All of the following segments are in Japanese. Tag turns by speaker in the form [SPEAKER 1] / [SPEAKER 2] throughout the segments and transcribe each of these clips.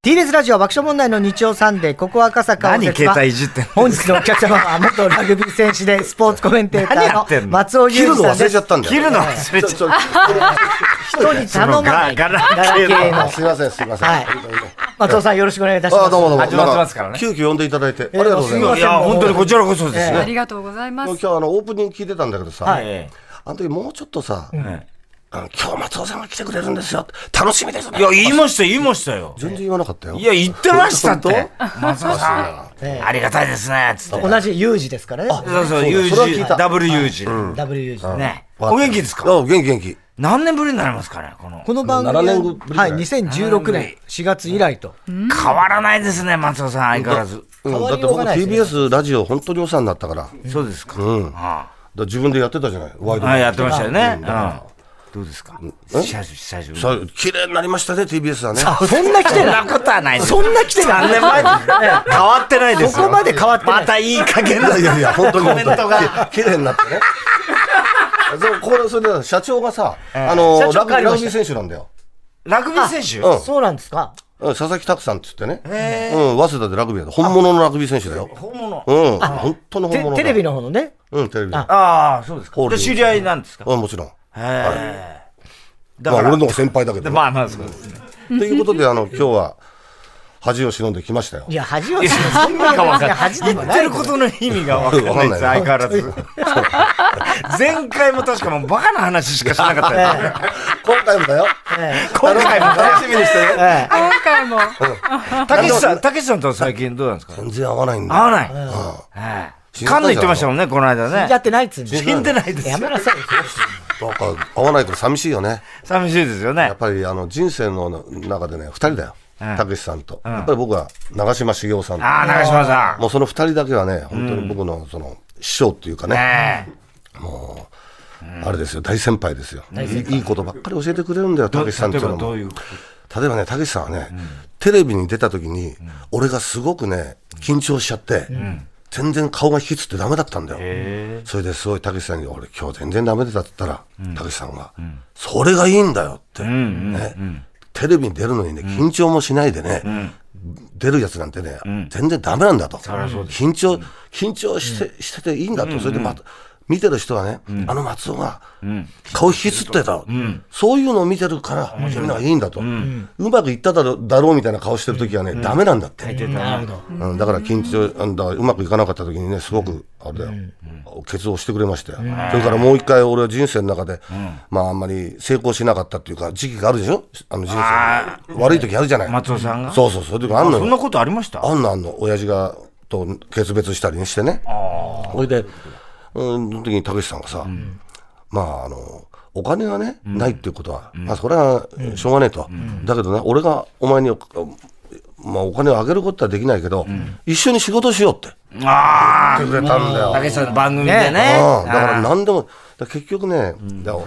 [SPEAKER 1] TBS ラジオ爆笑問題の日曜サンデー、ここ赤坂
[SPEAKER 2] 何携帯いじってんの
[SPEAKER 1] 本日のお客様 は元ラグビー選手でスポーツコメンテータ
[SPEAKER 2] 何や
[SPEAKER 1] ー
[SPEAKER 2] って
[SPEAKER 1] の
[SPEAKER 2] んの
[SPEAKER 1] 松尾
[SPEAKER 3] 切
[SPEAKER 1] 裕
[SPEAKER 3] る
[SPEAKER 1] 二
[SPEAKER 3] の
[SPEAKER 1] さん
[SPEAKER 3] 忘
[SPEAKER 1] で
[SPEAKER 3] れちゃ
[SPEAKER 1] す
[SPEAKER 3] っ。たん だ
[SPEAKER 2] 切
[SPEAKER 3] よ
[SPEAKER 2] る
[SPEAKER 3] ね。
[SPEAKER 2] の忘れちゃっ
[SPEAKER 3] ちょっ
[SPEAKER 1] 人に
[SPEAKER 2] た。
[SPEAKER 1] 頼まない。
[SPEAKER 2] ガラ
[SPEAKER 1] ガラ
[SPEAKER 2] ケ
[SPEAKER 1] ケ
[SPEAKER 2] ー
[SPEAKER 1] ー
[SPEAKER 2] の
[SPEAKER 1] の
[SPEAKER 3] と。すいません、すいません。
[SPEAKER 1] はい松尾さんよろしくお願いいたします。
[SPEAKER 3] あ、どうもどうも。
[SPEAKER 2] 始まってますからね
[SPEAKER 3] 急遽呼んでいただいて、ありがとうござい
[SPEAKER 1] すいま
[SPEAKER 3] ま
[SPEAKER 1] せ
[SPEAKER 3] す。
[SPEAKER 1] ん
[SPEAKER 2] いや、本当にこちらこそです
[SPEAKER 1] え
[SPEAKER 2] ね。
[SPEAKER 4] ありがとうございま
[SPEAKER 3] 今
[SPEAKER 4] す。
[SPEAKER 3] 日あのオープニング聞いてたんだけどさ、
[SPEAKER 2] ええ
[SPEAKER 3] あの時もうちょっとさ、あの今日松尾さんが来てくれるんですよ。楽しみですね。
[SPEAKER 2] いや、言いましたよ、言いましたよ。
[SPEAKER 3] 全然言わなかったよ。
[SPEAKER 2] いや、言ってましたっ
[SPEAKER 3] 本
[SPEAKER 2] て。松尾さん、ありがたいですね、つって。
[SPEAKER 1] 同じ裕二ですからね。
[SPEAKER 2] そうそう、
[SPEAKER 3] そうだ
[SPEAKER 2] U
[SPEAKER 3] それは聞
[SPEAKER 2] 字
[SPEAKER 3] いた、
[SPEAKER 2] ダブル U 字。
[SPEAKER 1] W 裕二。
[SPEAKER 2] ね。
[SPEAKER 3] 当
[SPEAKER 2] お元気です
[SPEAKER 3] 当
[SPEAKER 2] か
[SPEAKER 3] あ、元気元気。
[SPEAKER 2] 何年ぶりになりますかね、この。
[SPEAKER 1] この番組
[SPEAKER 3] もう7年ぶりぐ
[SPEAKER 1] は
[SPEAKER 3] ら
[SPEAKER 1] はいい、2016年4月以来と。
[SPEAKER 2] 変わらないですね、松尾さん、相変わらず。
[SPEAKER 3] うん、
[SPEAKER 1] 変わ
[SPEAKER 3] だっ
[SPEAKER 1] り
[SPEAKER 3] て
[SPEAKER 1] よう
[SPEAKER 3] 僕
[SPEAKER 1] がないですね
[SPEAKER 3] TBS ラジオ本当にお世話になったから、だか
[SPEAKER 2] そうですか。あ
[SPEAKER 3] ら自分でやってたじゃない、ワイド
[SPEAKER 2] あやってましたよね。うんどうですか久
[SPEAKER 3] え
[SPEAKER 2] しぶり、久しぶり。
[SPEAKER 3] さ綺麗になりましたね、TBS はね。
[SPEAKER 2] そんな来てない。そんなことはないそんな来てない。3年前に 変わってないですよ。
[SPEAKER 1] そこまで変わってない
[SPEAKER 2] またいい加減
[SPEAKER 3] いや
[SPEAKER 2] だ
[SPEAKER 3] いやいや、本当に
[SPEAKER 2] コメント
[SPEAKER 3] 本当
[SPEAKER 2] が
[SPEAKER 3] にき綺麗になってね。そうこれそれで社長がさ、あの
[SPEAKER 1] 社長
[SPEAKER 3] ラグ
[SPEAKER 1] 変わり
[SPEAKER 3] ラ
[SPEAKER 1] ま
[SPEAKER 3] グ
[SPEAKER 1] し
[SPEAKER 3] ビ
[SPEAKER 1] た
[SPEAKER 3] ー選手なんだよ。
[SPEAKER 2] ラグビー選
[SPEAKER 3] う
[SPEAKER 2] 手
[SPEAKER 3] ん
[SPEAKER 1] そうなんですか。
[SPEAKER 3] うん佐々木拓さんっつってね、うん、早稲田でラグビーだ本物のラグビー選手だよ。
[SPEAKER 2] 本物。
[SPEAKER 3] うん、本当の本
[SPEAKER 1] テ
[SPEAKER 3] 物だ
[SPEAKER 1] テレビの方のね。
[SPEAKER 3] うん、テレビの。
[SPEAKER 2] ああ、そうです
[SPEAKER 3] ホー
[SPEAKER 2] か。
[SPEAKER 3] ルデ
[SPEAKER 2] で、知
[SPEAKER 3] ィングス
[SPEAKER 2] り合いなんですか
[SPEAKER 3] うん、もちろん。
[SPEAKER 2] へえ。だ
[SPEAKER 3] まあ、
[SPEAKER 2] から
[SPEAKER 3] 俺の方、が先輩だけどね。
[SPEAKER 2] まあまあ、そうですね。
[SPEAKER 3] ということで、あの、今日は、恥を忍んできましたよ
[SPEAKER 1] い。や、恥を知る。そんなことない。恥で
[SPEAKER 2] 言
[SPEAKER 1] も
[SPEAKER 2] っ
[SPEAKER 1] な
[SPEAKER 2] て
[SPEAKER 1] い
[SPEAKER 2] る
[SPEAKER 1] です。
[SPEAKER 2] ことの意味が分かんないです、相変わらず。 前回も確かもうバカな話しかしなかったよね。
[SPEAKER 3] 今回もだよ。
[SPEAKER 2] 今回もね
[SPEAKER 3] 楽しみにしてね。
[SPEAKER 1] ええ
[SPEAKER 4] 今回も、
[SPEAKER 2] たけしさん、たけしさんとは最近どうなんですか
[SPEAKER 3] 全然合わないんだ
[SPEAKER 2] 合
[SPEAKER 3] よ。
[SPEAKER 2] わない。ええカンヌ行ってましたもんね、この間
[SPEAKER 1] や
[SPEAKER 2] ね
[SPEAKER 1] っ。てないっつうんで
[SPEAKER 2] 死んでないですよ
[SPEAKER 1] や。めなさいよ。
[SPEAKER 3] なんか、合わないから寂しいよね。
[SPEAKER 2] 寂しいですよ
[SPEAKER 3] や
[SPEAKER 2] ね
[SPEAKER 3] っ。ぱり、あの、人生の中でね、二人だよ。
[SPEAKER 2] うん
[SPEAKER 3] たけしさんと。やっぱり僕は、長嶋茂雄さんと。
[SPEAKER 2] ああ、長島さん。
[SPEAKER 3] もうその二人だけはね、本当に僕の、その、師匠っていうかね、
[SPEAKER 2] ねえ。
[SPEAKER 3] あれですよ、大先輩ですよ。いいいいことばっかり教えてくれるんだよ、たけしさんって
[SPEAKER 2] 例
[SPEAKER 3] い
[SPEAKER 2] え
[SPEAKER 3] うの
[SPEAKER 2] ばど
[SPEAKER 3] はも
[SPEAKER 2] う
[SPEAKER 3] う。
[SPEAKER 2] いうこ
[SPEAKER 3] 例えばね、たけしさんはね、テレビに出た時に、俺がすごくね、緊張しちゃって、全然顔が引きつってダメだったんだよ。それですごいたけしさんに、俺今日全然ダメだったら、たけしさんが、それがいいんだよって、ね。テレビに出るのにね、緊張もしないでね、出るやつなんてね、全然ダメなんだと。緊張、緊張して、してていいんだと。それでまた、見てる人はね、あの松尾が、顔引きつってた。そういうのを見てるから、君らがいいんだと。うまくいっただろだろうみたいな顔してる時はね、ダメなんだって。
[SPEAKER 1] なるほど。
[SPEAKER 3] うんだから緊張、うんだからうまくいかなかった時にね、すごく、あれだよ、決断してくれましたよ。それからもう一回、俺は人生の中で、まああんまり成功しなかったっていうか、時期があるでしょあの人
[SPEAKER 2] あ
[SPEAKER 3] 生。悪い時あるじゃない。
[SPEAKER 2] 松尾さんが
[SPEAKER 3] そうそう、そういう時
[SPEAKER 2] と
[SPEAKER 3] あんの
[SPEAKER 2] そんな
[SPEAKER 3] よ。
[SPEAKER 2] ことありました
[SPEAKER 3] あんのあんの、親父が、と決別したりしてね。それで、うん、その時にたけしさんがさ、まああの、お金がね、ないっていうことは、まあそれはしょうがねえと。だけどね、俺がお前にお、まあお金をあげることはできないけど、一緒に仕事しようって
[SPEAKER 2] ああ
[SPEAKER 3] 言。ってくれたんだよ。
[SPEAKER 2] たけしさんの番組でね。
[SPEAKER 3] うんだから何でも、だから結局ね、だから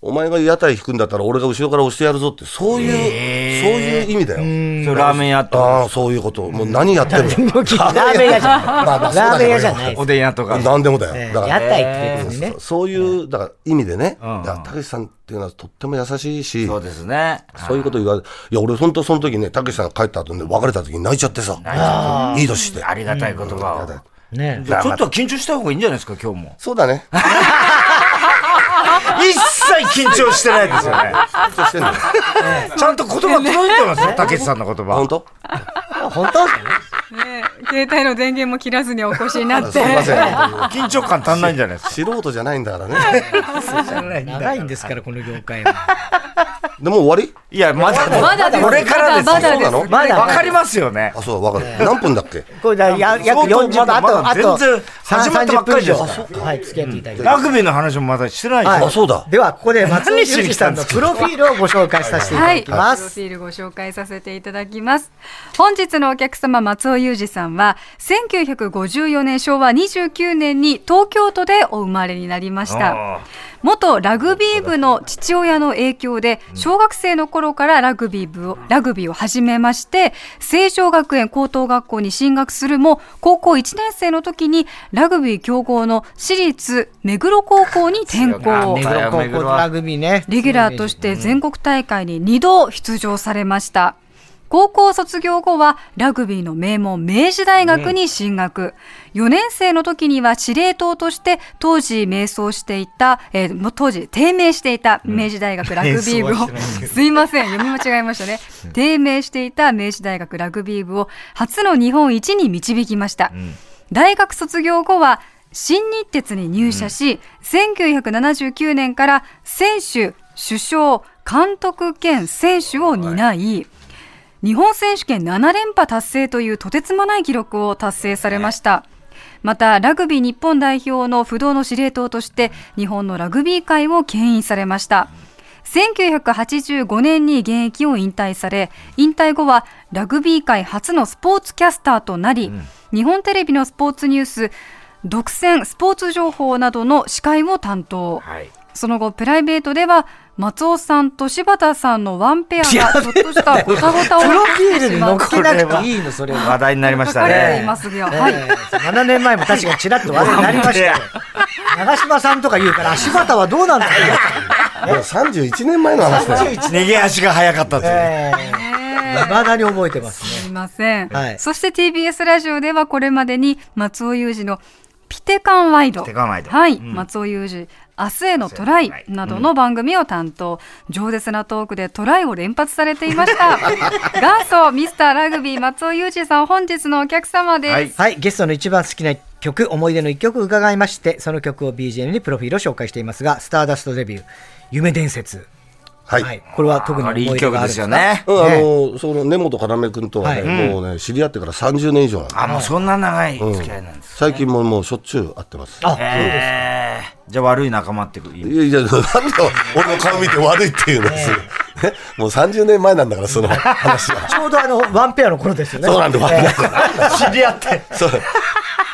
[SPEAKER 3] お前が屋台引くんだったら俺が後ろから押してやるぞって、そういう、そういう意味だよ。
[SPEAKER 2] そうラーメン屋と、
[SPEAKER 3] ああ、そういうこと。もう何やって も。
[SPEAKER 1] ラーメン屋じゃない
[SPEAKER 3] まあまあそう
[SPEAKER 1] ラー
[SPEAKER 3] だけど
[SPEAKER 1] メン屋じゃないです
[SPEAKER 2] お。でん屋とか。
[SPEAKER 3] 何でもだ
[SPEAKER 1] ええ
[SPEAKER 3] よ。だ
[SPEAKER 1] 屋
[SPEAKER 3] から
[SPEAKER 1] 台って別にね。
[SPEAKER 3] そういう、だから意味でね、だ
[SPEAKER 2] ん
[SPEAKER 3] からたけしさんっていうのはとっても優しいし、
[SPEAKER 2] そうですね。
[SPEAKER 3] そういうこと言われて、いや、俺、本当その時ね、たけしさんが帰った後ね、別れた時に泣いちゃってさ、いい年して。
[SPEAKER 2] ありがたい言葉を。
[SPEAKER 3] だ
[SPEAKER 1] ね
[SPEAKER 2] じゃあちょっと緊張した方がいいんじゃないですか、今日も。
[SPEAKER 3] そうだね。
[SPEAKER 2] 一切緊張してないですよね。
[SPEAKER 3] そうしてんのよ。
[SPEAKER 2] ちゃんと言葉届いてますよ、たけしさんの言
[SPEAKER 3] あ
[SPEAKER 2] 葉
[SPEAKER 3] 本。当
[SPEAKER 1] 本当ですかね
[SPEAKER 4] ね、携帯の電源も切らずにお越しになっ
[SPEAKER 3] す
[SPEAKER 4] て
[SPEAKER 3] い、ません。
[SPEAKER 2] 緊張感足んないんじゃないですか。
[SPEAKER 3] 素人じゃないんだからね。
[SPEAKER 1] 長いんですから、この業界は。
[SPEAKER 3] でもう終わり
[SPEAKER 2] いや、まだ、
[SPEAKER 4] まだです
[SPEAKER 2] これからですよ。
[SPEAKER 4] まだ
[SPEAKER 3] そうなの
[SPEAKER 4] です。
[SPEAKER 1] まだ
[SPEAKER 2] わかりますよね。
[SPEAKER 3] あ、そう、わかる。何分だっけ
[SPEAKER 1] これだ、や約
[SPEAKER 2] 相当
[SPEAKER 1] 40分、
[SPEAKER 2] まだ
[SPEAKER 1] あと、
[SPEAKER 2] まだ
[SPEAKER 1] あと、
[SPEAKER 2] 全然始まったばっかりじゃん
[SPEAKER 1] 30分以上はい、付き合っていただきます。
[SPEAKER 2] ラグビーの話もまだしてないで
[SPEAKER 1] は
[SPEAKER 2] し
[SPEAKER 1] い
[SPEAKER 2] ょ
[SPEAKER 3] あ、そうだ。
[SPEAKER 1] では、ここで松尾
[SPEAKER 2] 何し
[SPEAKER 1] 裕
[SPEAKER 2] に
[SPEAKER 1] 二
[SPEAKER 2] 来
[SPEAKER 1] さ
[SPEAKER 2] た
[SPEAKER 1] ん
[SPEAKER 2] ん
[SPEAKER 1] の
[SPEAKER 2] ですか
[SPEAKER 1] プロフィールをご紹介させていた
[SPEAKER 4] は
[SPEAKER 1] だ
[SPEAKER 4] い、
[SPEAKER 1] き
[SPEAKER 4] プロフ
[SPEAKER 1] ま
[SPEAKER 4] ィ
[SPEAKER 1] す。
[SPEAKER 4] ールご紹介させていただきます。本日のお客様、松尾裕二さんは、1954年昭和29年に東京都でお生まれになりまし
[SPEAKER 2] ああ
[SPEAKER 4] た。元ラグビー部の父親の影響で、小学生の頃からラグビー部を、ラグビーを始めまして、成城学園高等学校に進学するも、高校1年生の時に、ラグビー強豪の私立目黒高校に転校。
[SPEAKER 1] 目黒高校ラグビーね。
[SPEAKER 4] レギュラーとして全国大会に2度出場されました。高校卒業後はラグビーの名門明治大学に進学、4年生の時には司令塔として当時迷走していた、えーもう当時低迷していた明治大学ラグビー部を、
[SPEAKER 2] 迷走はしてないんですけど
[SPEAKER 4] すいません読み間違えましたね低迷していた明治大学ラグビー部を初の日本一に導きました、大学卒業後は新日鉄に入社し、1979年から選手首相監督兼選手を担い、日本選手権7連覇達成というとてつもない記録を達成されました。またラグビー日本代表の不動の司令塔として日本のラグビー界を牽引されました。1985年に現役を引退され、引退後はラグビー界初のスポーツキャスターとなり、日本テレビのスポーツニュース、独占スポーツ情報などの司会を担当。
[SPEAKER 2] はい。
[SPEAKER 4] その後、プライベートでは、松尾さんと柴田さんのワンペアが、ちょっとしたごたごたを
[SPEAKER 1] プロフィ
[SPEAKER 4] 起
[SPEAKER 1] ール
[SPEAKER 4] きて
[SPEAKER 1] に
[SPEAKER 4] し
[SPEAKER 1] 載
[SPEAKER 4] ま
[SPEAKER 1] っ
[SPEAKER 4] う。
[SPEAKER 1] けなくていいの、それ
[SPEAKER 2] 話
[SPEAKER 1] は。
[SPEAKER 2] 題になりました
[SPEAKER 4] 書かれてい
[SPEAKER 2] ね。
[SPEAKER 4] ますが、
[SPEAKER 1] ねえ
[SPEAKER 4] はい。
[SPEAKER 1] 7年前も確かにちらっと話題になりましたよ。長嶋さんとか言うから、柴田はどうなんだろ
[SPEAKER 3] もう31年前の話だよ。
[SPEAKER 1] う。
[SPEAKER 2] 逃げ足が早かったという。
[SPEAKER 1] ええいまだに覚えてますね。
[SPEAKER 4] すみません、
[SPEAKER 1] はい
[SPEAKER 4] そして TBS ラジオではこれまでに松尾雄二のピテカンワイド。
[SPEAKER 2] ピテカンワイド
[SPEAKER 4] はい。
[SPEAKER 2] うん
[SPEAKER 4] 松尾雄二、明日へのトライなどの番組を担当。饒舌なトークでトライを連発されていま した。元祖ミスターラグビー松尾雄二さん本日のお客様です。
[SPEAKER 2] はい
[SPEAKER 1] はい、ゲストの一番好きな曲、思い出の一曲伺いまして、その曲を BGM にプロフィールを紹介していますが、スターダストデビュー、夢伝説。
[SPEAKER 3] はい。
[SPEAKER 1] これは特に
[SPEAKER 2] あ
[SPEAKER 1] 思
[SPEAKER 2] れ
[SPEAKER 1] い
[SPEAKER 2] いい
[SPEAKER 1] 出
[SPEAKER 2] 曲
[SPEAKER 1] があ
[SPEAKER 2] で
[SPEAKER 1] るん
[SPEAKER 2] す
[SPEAKER 1] か
[SPEAKER 2] よ。ね。
[SPEAKER 3] うんあの、その根本要君とはね、
[SPEAKER 1] はい
[SPEAKER 3] もうね、知り合ってから30年以上なんで
[SPEAKER 2] あ、もうそんな長い付き合いなんです。
[SPEAKER 3] 最近ももうしょっちゅう会ってます。
[SPEAKER 1] あ、
[SPEAKER 2] えーじゃあ悪い仲間っていう意味
[SPEAKER 3] いやいや、なんで俺の顔見て悪いっていうのです、ね、もう30年前なんだから、その話は。
[SPEAKER 1] ちょうどあの、ワンペアの頃ですよね。
[SPEAKER 3] そうなんで、悪い
[SPEAKER 2] 知り合って。
[SPEAKER 3] そう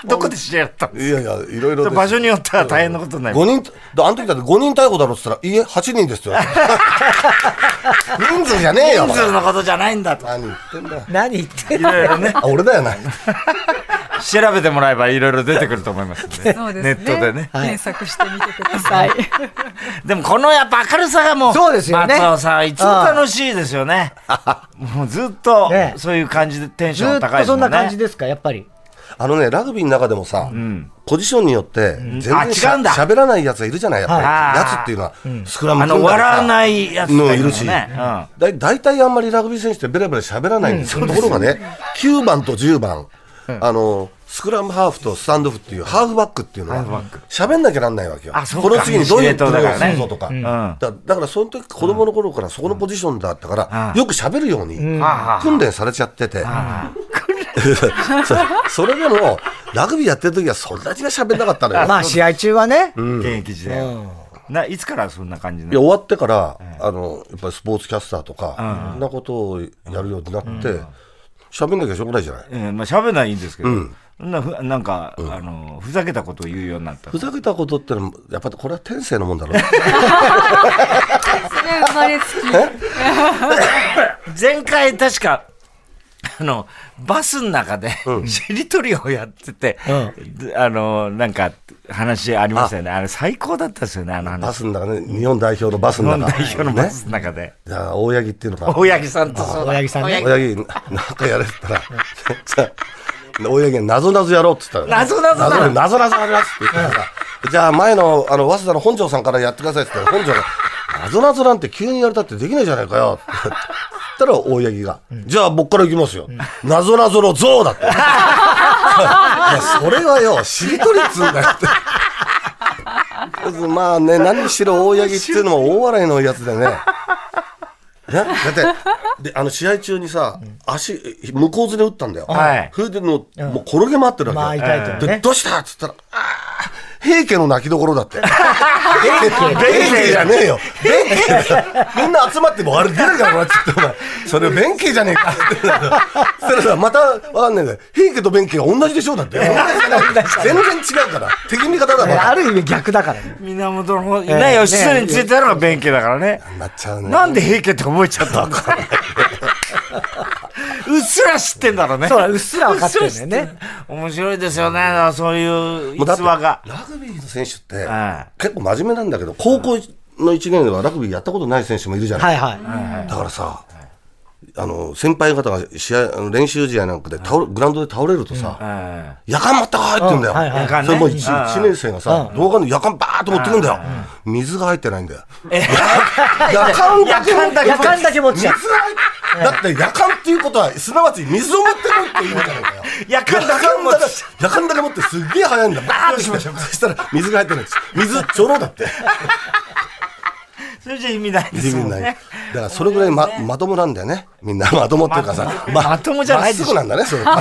[SPEAKER 2] どこで知り合った
[SPEAKER 3] いやいや、いろいろです。
[SPEAKER 2] 場所によっては大変なことになる。
[SPEAKER 3] 五人、だあの時だって5人逮捕だろって言ったら、いいえ、8人 ですよ。人数じゃねえよ、
[SPEAKER 2] 人数のことじゃないんだと。
[SPEAKER 3] 何言ってんだよ。
[SPEAKER 1] 何言ってん
[SPEAKER 2] い
[SPEAKER 1] の
[SPEAKER 2] ろいろね、
[SPEAKER 3] あ、俺だよな。
[SPEAKER 2] 調べてもらえばいろいろ出てくると思いますんで
[SPEAKER 4] そうです
[SPEAKER 2] ネ
[SPEAKER 4] ね。
[SPEAKER 2] ットでね。
[SPEAKER 1] はい
[SPEAKER 4] 検索してみてください。
[SPEAKER 2] でもこのやっぱ明るさがもう、
[SPEAKER 1] そうですよね
[SPEAKER 2] 松尾さん、いつも楽しいですよね。もうずっと
[SPEAKER 1] ね、
[SPEAKER 2] そういう感じでテンシ
[SPEAKER 1] ず
[SPEAKER 2] ョン
[SPEAKER 1] っ
[SPEAKER 2] 高
[SPEAKER 1] と
[SPEAKER 2] いです
[SPEAKER 1] そ
[SPEAKER 2] も
[SPEAKER 1] ん
[SPEAKER 2] んね。
[SPEAKER 1] な感じですか、やっぱり。
[SPEAKER 3] あのね、ラグビーの中でもさ、ポジションによって、全
[SPEAKER 2] あ
[SPEAKER 3] 然し
[SPEAKER 2] 違
[SPEAKER 3] ゃ
[SPEAKER 2] うんだ
[SPEAKER 3] 喋らないやつがいるじゃない、やっぱり。
[SPEAKER 2] はい
[SPEAKER 3] やつっていうのは、スクラム
[SPEAKER 2] あ
[SPEAKER 3] 組
[SPEAKER 2] の、
[SPEAKER 3] んだりさ
[SPEAKER 2] 笑わないやつと
[SPEAKER 3] の
[SPEAKER 2] か
[SPEAKER 3] いるし、
[SPEAKER 2] ね。うん
[SPEAKER 3] だ大体あんまりラグビー選手ってベラベラ喋らないんですよ、ところがね、9番と10番、あの、スクラムハーフとスタンドオフっていう、ハーフバックっていうのは、喋んなきゃなんないわけよ。
[SPEAKER 2] あそうか
[SPEAKER 3] この次にどういうプレ
[SPEAKER 2] 司令塔だから
[SPEAKER 3] ーを
[SPEAKER 2] ね
[SPEAKER 3] するぞとか。だだから、その時、子供の頃からそこのポジションだったから、よく喋るように、訓練されちゃってて。 そそれでも、ラグビーやってる時はそんなには喋んなかったのよ。
[SPEAKER 1] まあ、試合中はね。
[SPEAKER 2] 現役時代はないつからそんな感じない
[SPEAKER 3] や終わってから、あのやっぱりスポーツキャスターとか、そんなことをやるようになって、喋、んなきゃしょうがないじゃない。
[SPEAKER 2] えーまあ喋んないいんですけど、そんなふなんか、あのふざけたことを言うようになった
[SPEAKER 3] ふざけたことってのも、やっぱりこれは天性のもんだ ろう。
[SPEAKER 4] それ生まれつき。
[SPEAKER 2] 前回確かあのバスの中で、 しりとりをやってて、であのなんか話ありましたよねあれ最高だったですよねあの
[SPEAKER 3] バ
[SPEAKER 2] 話
[SPEAKER 3] スの中ね、日本代表のバス
[SPEAKER 2] 日
[SPEAKER 3] の
[SPEAKER 2] 本
[SPEAKER 3] 中。
[SPEAKER 2] 代表のバ
[SPEAKER 3] ね
[SPEAKER 2] スの中で、
[SPEAKER 3] じゃあ、大八木っていうのか。
[SPEAKER 2] 大八木さんとそう
[SPEAKER 1] 小八木さんね。
[SPEAKER 3] 大八木、なんかやれてたら、 さ大八木になぞなぞやろうって言ったら、
[SPEAKER 2] 謎々だ
[SPEAKER 3] なぞなぞありますって言ったらさ、じゃあ前の、あの、早稲田の本庄さんからやってくださいって言ったら、本庄が、なぞなぞなんて急にやれたってできないじゃないかよって言ったら、大八木が、じゃあ僕から行きますよ。なぞなぞの像 だって。いやそれはよ、しりとりっつうんだよって。まあね、何しろ大八木っていうのも大笑いのやつ でね。ねだってであの試合中にさ、足、向こうずれ打ったんだよ、
[SPEAKER 2] はい
[SPEAKER 3] それでもう,、もう転げ回ってる
[SPEAKER 1] ま
[SPEAKER 3] わ
[SPEAKER 1] あ、
[SPEAKER 3] けよ、
[SPEAKER 1] 痛いと
[SPEAKER 3] で
[SPEAKER 1] ね。
[SPEAKER 3] どうしたっつったら、あー平家の泣きどころだ って、弁慶じゃねえよ、弁慶だよみんな集まって、もうあれ出るからなっちゃって、お前、それ弁慶じゃねえかって言ってんだけど、そしたらさ、またわかんないんだけど、平家と弁慶が 同じでしょうだって、全然違うから、敵味方だから、
[SPEAKER 1] ある意味逆だからね。
[SPEAKER 2] 源の方いない義経についてたのが弁慶だからね
[SPEAKER 3] なっちゃうね。
[SPEAKER 2] なんで平家って覚えちゃったんだ うっすら知ってんだろうね
[SPEAKER 1] そうだうっすら分かってるんだよね
[SPEAKER 2] うっすら知ってる面白いですよねだからそういう
[SPEAKER 3] もうだ
[SPEAKER 2] 逸
[SPEAKER 3] って
[SPEAKER 2] 話が
[SPEAKER 3] ラグビーの選手って、
[SPEAKER 2] は
[SPEAKER 3] 結構真面目なんだけど、高校の1年ではラグビーやったことない選手もいるじゃない、
[SPEAKER 1] はいはい。
[SPEAKER 3] だからさ、あの先輩方が試合あの練習試合なんかで倒れグラウンドで倒れるとさ、
[SPEAKER 2] え
[SPEAKER 3] 夜間待ったかいって言うんだよ。
[SPEAKER 1] うんはいはい
[SPEAKER 2] 夜間ね
[SPEAKER 3] それもう
[SPEAKER 2] うん
[SPEAKER 3] 1, 年生がさ、動画の夜間バーっと持ってくんだよ。水が入ってないんだよ。
[SPEAKER 2] え
[SPEAKER 3] 夜間だけ持って
[SPEAKER 1] 夜間だけ持っ
[SPEAKER 3] 水
[SPEAKER 1] ちゃ
[SPEAKER 3] が
[SPEAKER 1] う。
[SPEAKER 3] 入っだって夜間っていうことは、すなわち水を持ってこいって言うじゃないかよ。
[SPEAKER 2] 夜間だけ持っち
[SPEAKER 3] 夜間だけ持ってすっげえ早いんだ。バーってしましょう。そしたら水が入ってないです。水ちょろだって。
[SPEAKER 2] それじゃ意味ないです
[SPEAKER 3] 意
[SPEAKER 2] も
[SPEAKER 3] 味
[SPEAKER 2] ん
[SPEAKER 3] ない。だ
[SPEAKER 2] ね。
[SPEAKER 3] からそれぐらいままともなんだよね。みんなまともっていうかさ、
[SPEAKER 2] まともじゃないでし
[SPEAKER 3] まっす
[SPEAKER 2] ょ
[SPEAKER 3] ぐなんだね、それ。ま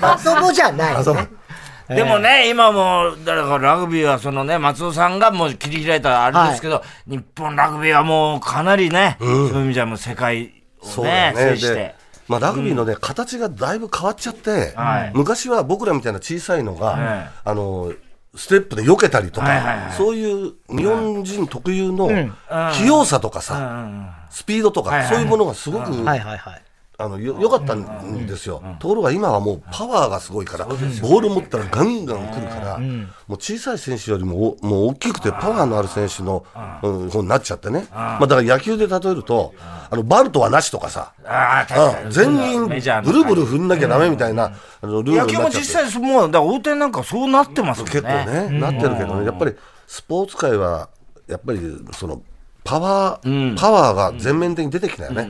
[SPEAKER 1] まともじゃない、
[SPEAKER 3] とも
[SPEAKER 1] ね。
[SPEAKER 2] でもね、今も、だからラグビーはそのね、松尾さんがもう切り開いたあれですけど、日本ラグビーはもうかなりね、そういう意味じゃもう世界
[SPEAKER 3] そ
[SPEAKER 2] を
[SPEAKER 3] うだ
[SPEAKER 2] ね、
[SPEAKER 3] よね。
[SPEAKER 2] 制して
[SPEAKER 3] で。、まあ、ラグビーのね、形がだいぶ変わっちゃって、
[SPEAKER 2] はい
[SPEAKER 3] 昔は僕らみたいな小さいのが、
[SPEAKER 2] はい
[SPEAKER 3] あの、ステップで避けたりとか、
[SPEAKER 2] はいはいはい
[SPEAKER 3] そういう日本人特有の
[SPEAKER 1] ん
[SPEAKER 3] 器用さとか
[SPEAKER 2] うんう
[SPEAKER 3] さ、
[SPEAKER 2] ん
[SPEAKER 3] スピードとか、
[SPEAKER 2] はいはい
[SPEAKER 3] そういうものがすごく、
[SPEAKER 1] はいはいはい。
[SPEAKER 3] あのよ良かったんですよ、ところが今はもうパワーがすごいから、ボール持ったらガンガン来るから、もう小さい選手よりもおもう大きくてパワーのある選手の、うん、方になっちゃってね、まあ、だから野球で例えると、あのバルトはなしとかさ、
[SPEAKER 2] ああ、確か
[SPEAKER 3] うん
[SPEAKER 2] に。
[SPEAKER 3] 全員
[SPEAKER 2] メジャーの
[SPEAKER 3] ブルブル振んなきゃダメみたいな、あのルール
[SPEAKER 2] 野
[SPEAKER 3] に
[SPEAKER 2] 球
[SPEAKER 3] な
[SPEAKER 2] も
[SPEAKER 3] っちゃって
[SPEAKER 2] 実際そう、もう、だから大手なんかそうなってますもんね。
[SPEAKER 3] 結構ね、なってるけどね、やっぱりスポーツ界は、やっぱりそのパワー、パワーが全面的に出てきたよね。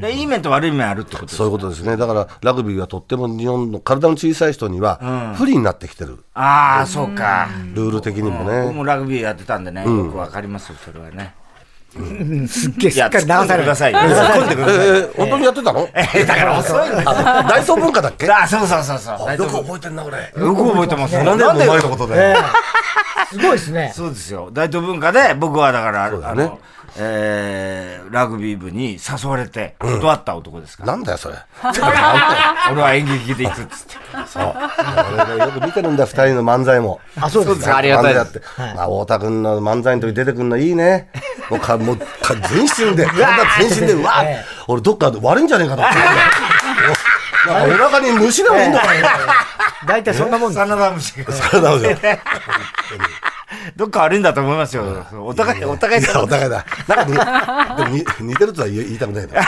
[SPEAKER 2] でいい面と悪い面あるってことです
[SPEAKER 3] そういうことですね。だから、ラグビーはとっても日本の体の小さい人には不利になってきてる。
[SPEAKER 2] ああ、そうか。
[SPEAKER 3] ルール的にも
[SPEAKER 2] 僕
[SPEAKER 3] ね。
[SPEAKER 2] もラグビーやってたんでね、よくわかりますよ、それはね。
[SPEAKER 1] うんすっげえ
[SPEAKER 2] い
[SPEAKER 1] し
[SPEAKER 2] や、
[SPEAKER 1] っかり
[SPEAKER 2] 突っ
[SPEAKER 1] 流
[SPEAKER 2] 込ん
[SPEAKER 1] され
[SPEAKER 2] でくだ
[SPEAKER 1] る。
[SPEAKER 2] さいよ。突っ込んでくだ
[SPEAKER 3] え
[SPEAKER 2] さい。
[SPEAKER 3] ー本当にやってたの
[SPEAKER 2] えーだから遅いんだよ。
[SPEAKER 3] あダイソー文化だっけよ
[SPEAKER 2] あ、そうそうそうそう。
[SPEAKER 3] く覚えてんな、俺。
[SPEAKER 2] よく覚えてますね。
[SPEAKER 3] 何年も前のことだよ。
[SPEAKER 1] すごいですね。
[SPEAKER 2] そうですよ。大東文化で、僕はだから、
[SPEAKER 3] うだ
[SPEAKER 2] あ
[SPEAKER 3] ね
[SPEAKER 2] の、えーラグビー部に誘われて、断った男ですから。
[SPEAKER 3] なんだよ、それ。
[SPEAKER 2] 俺は演劇で行くっつって。
[SPEAKER 3] 俺がよく見てる んだ、二人の漫才も。
[SPEAKER 1] あ、そうですか。
[SPEAKER 2] ありがたいで
[SPEAKER 3] 漫才やって。まあ、太田君の漫才の時出てくるのいい ね。もうか、もう、か全身で、体全身で、うわー俺どっか悪いんじゃねえかな。なんかお腹に虫でもいいんだからよ。
[SPEAKER 1] 大体そんなもんです。
[SPEAKER 2] 真田虫が
[SPEAKER 3] それなのよ。
[SPEAKER 2] どっか悪いんだと思いますよ。お互い、お互い
[SPEAKER 3] い
[SPEAKER 2] さ
[SPEAKER 3] や、お互いだ。なんかに、でもに似てるとは言い言いたくないな。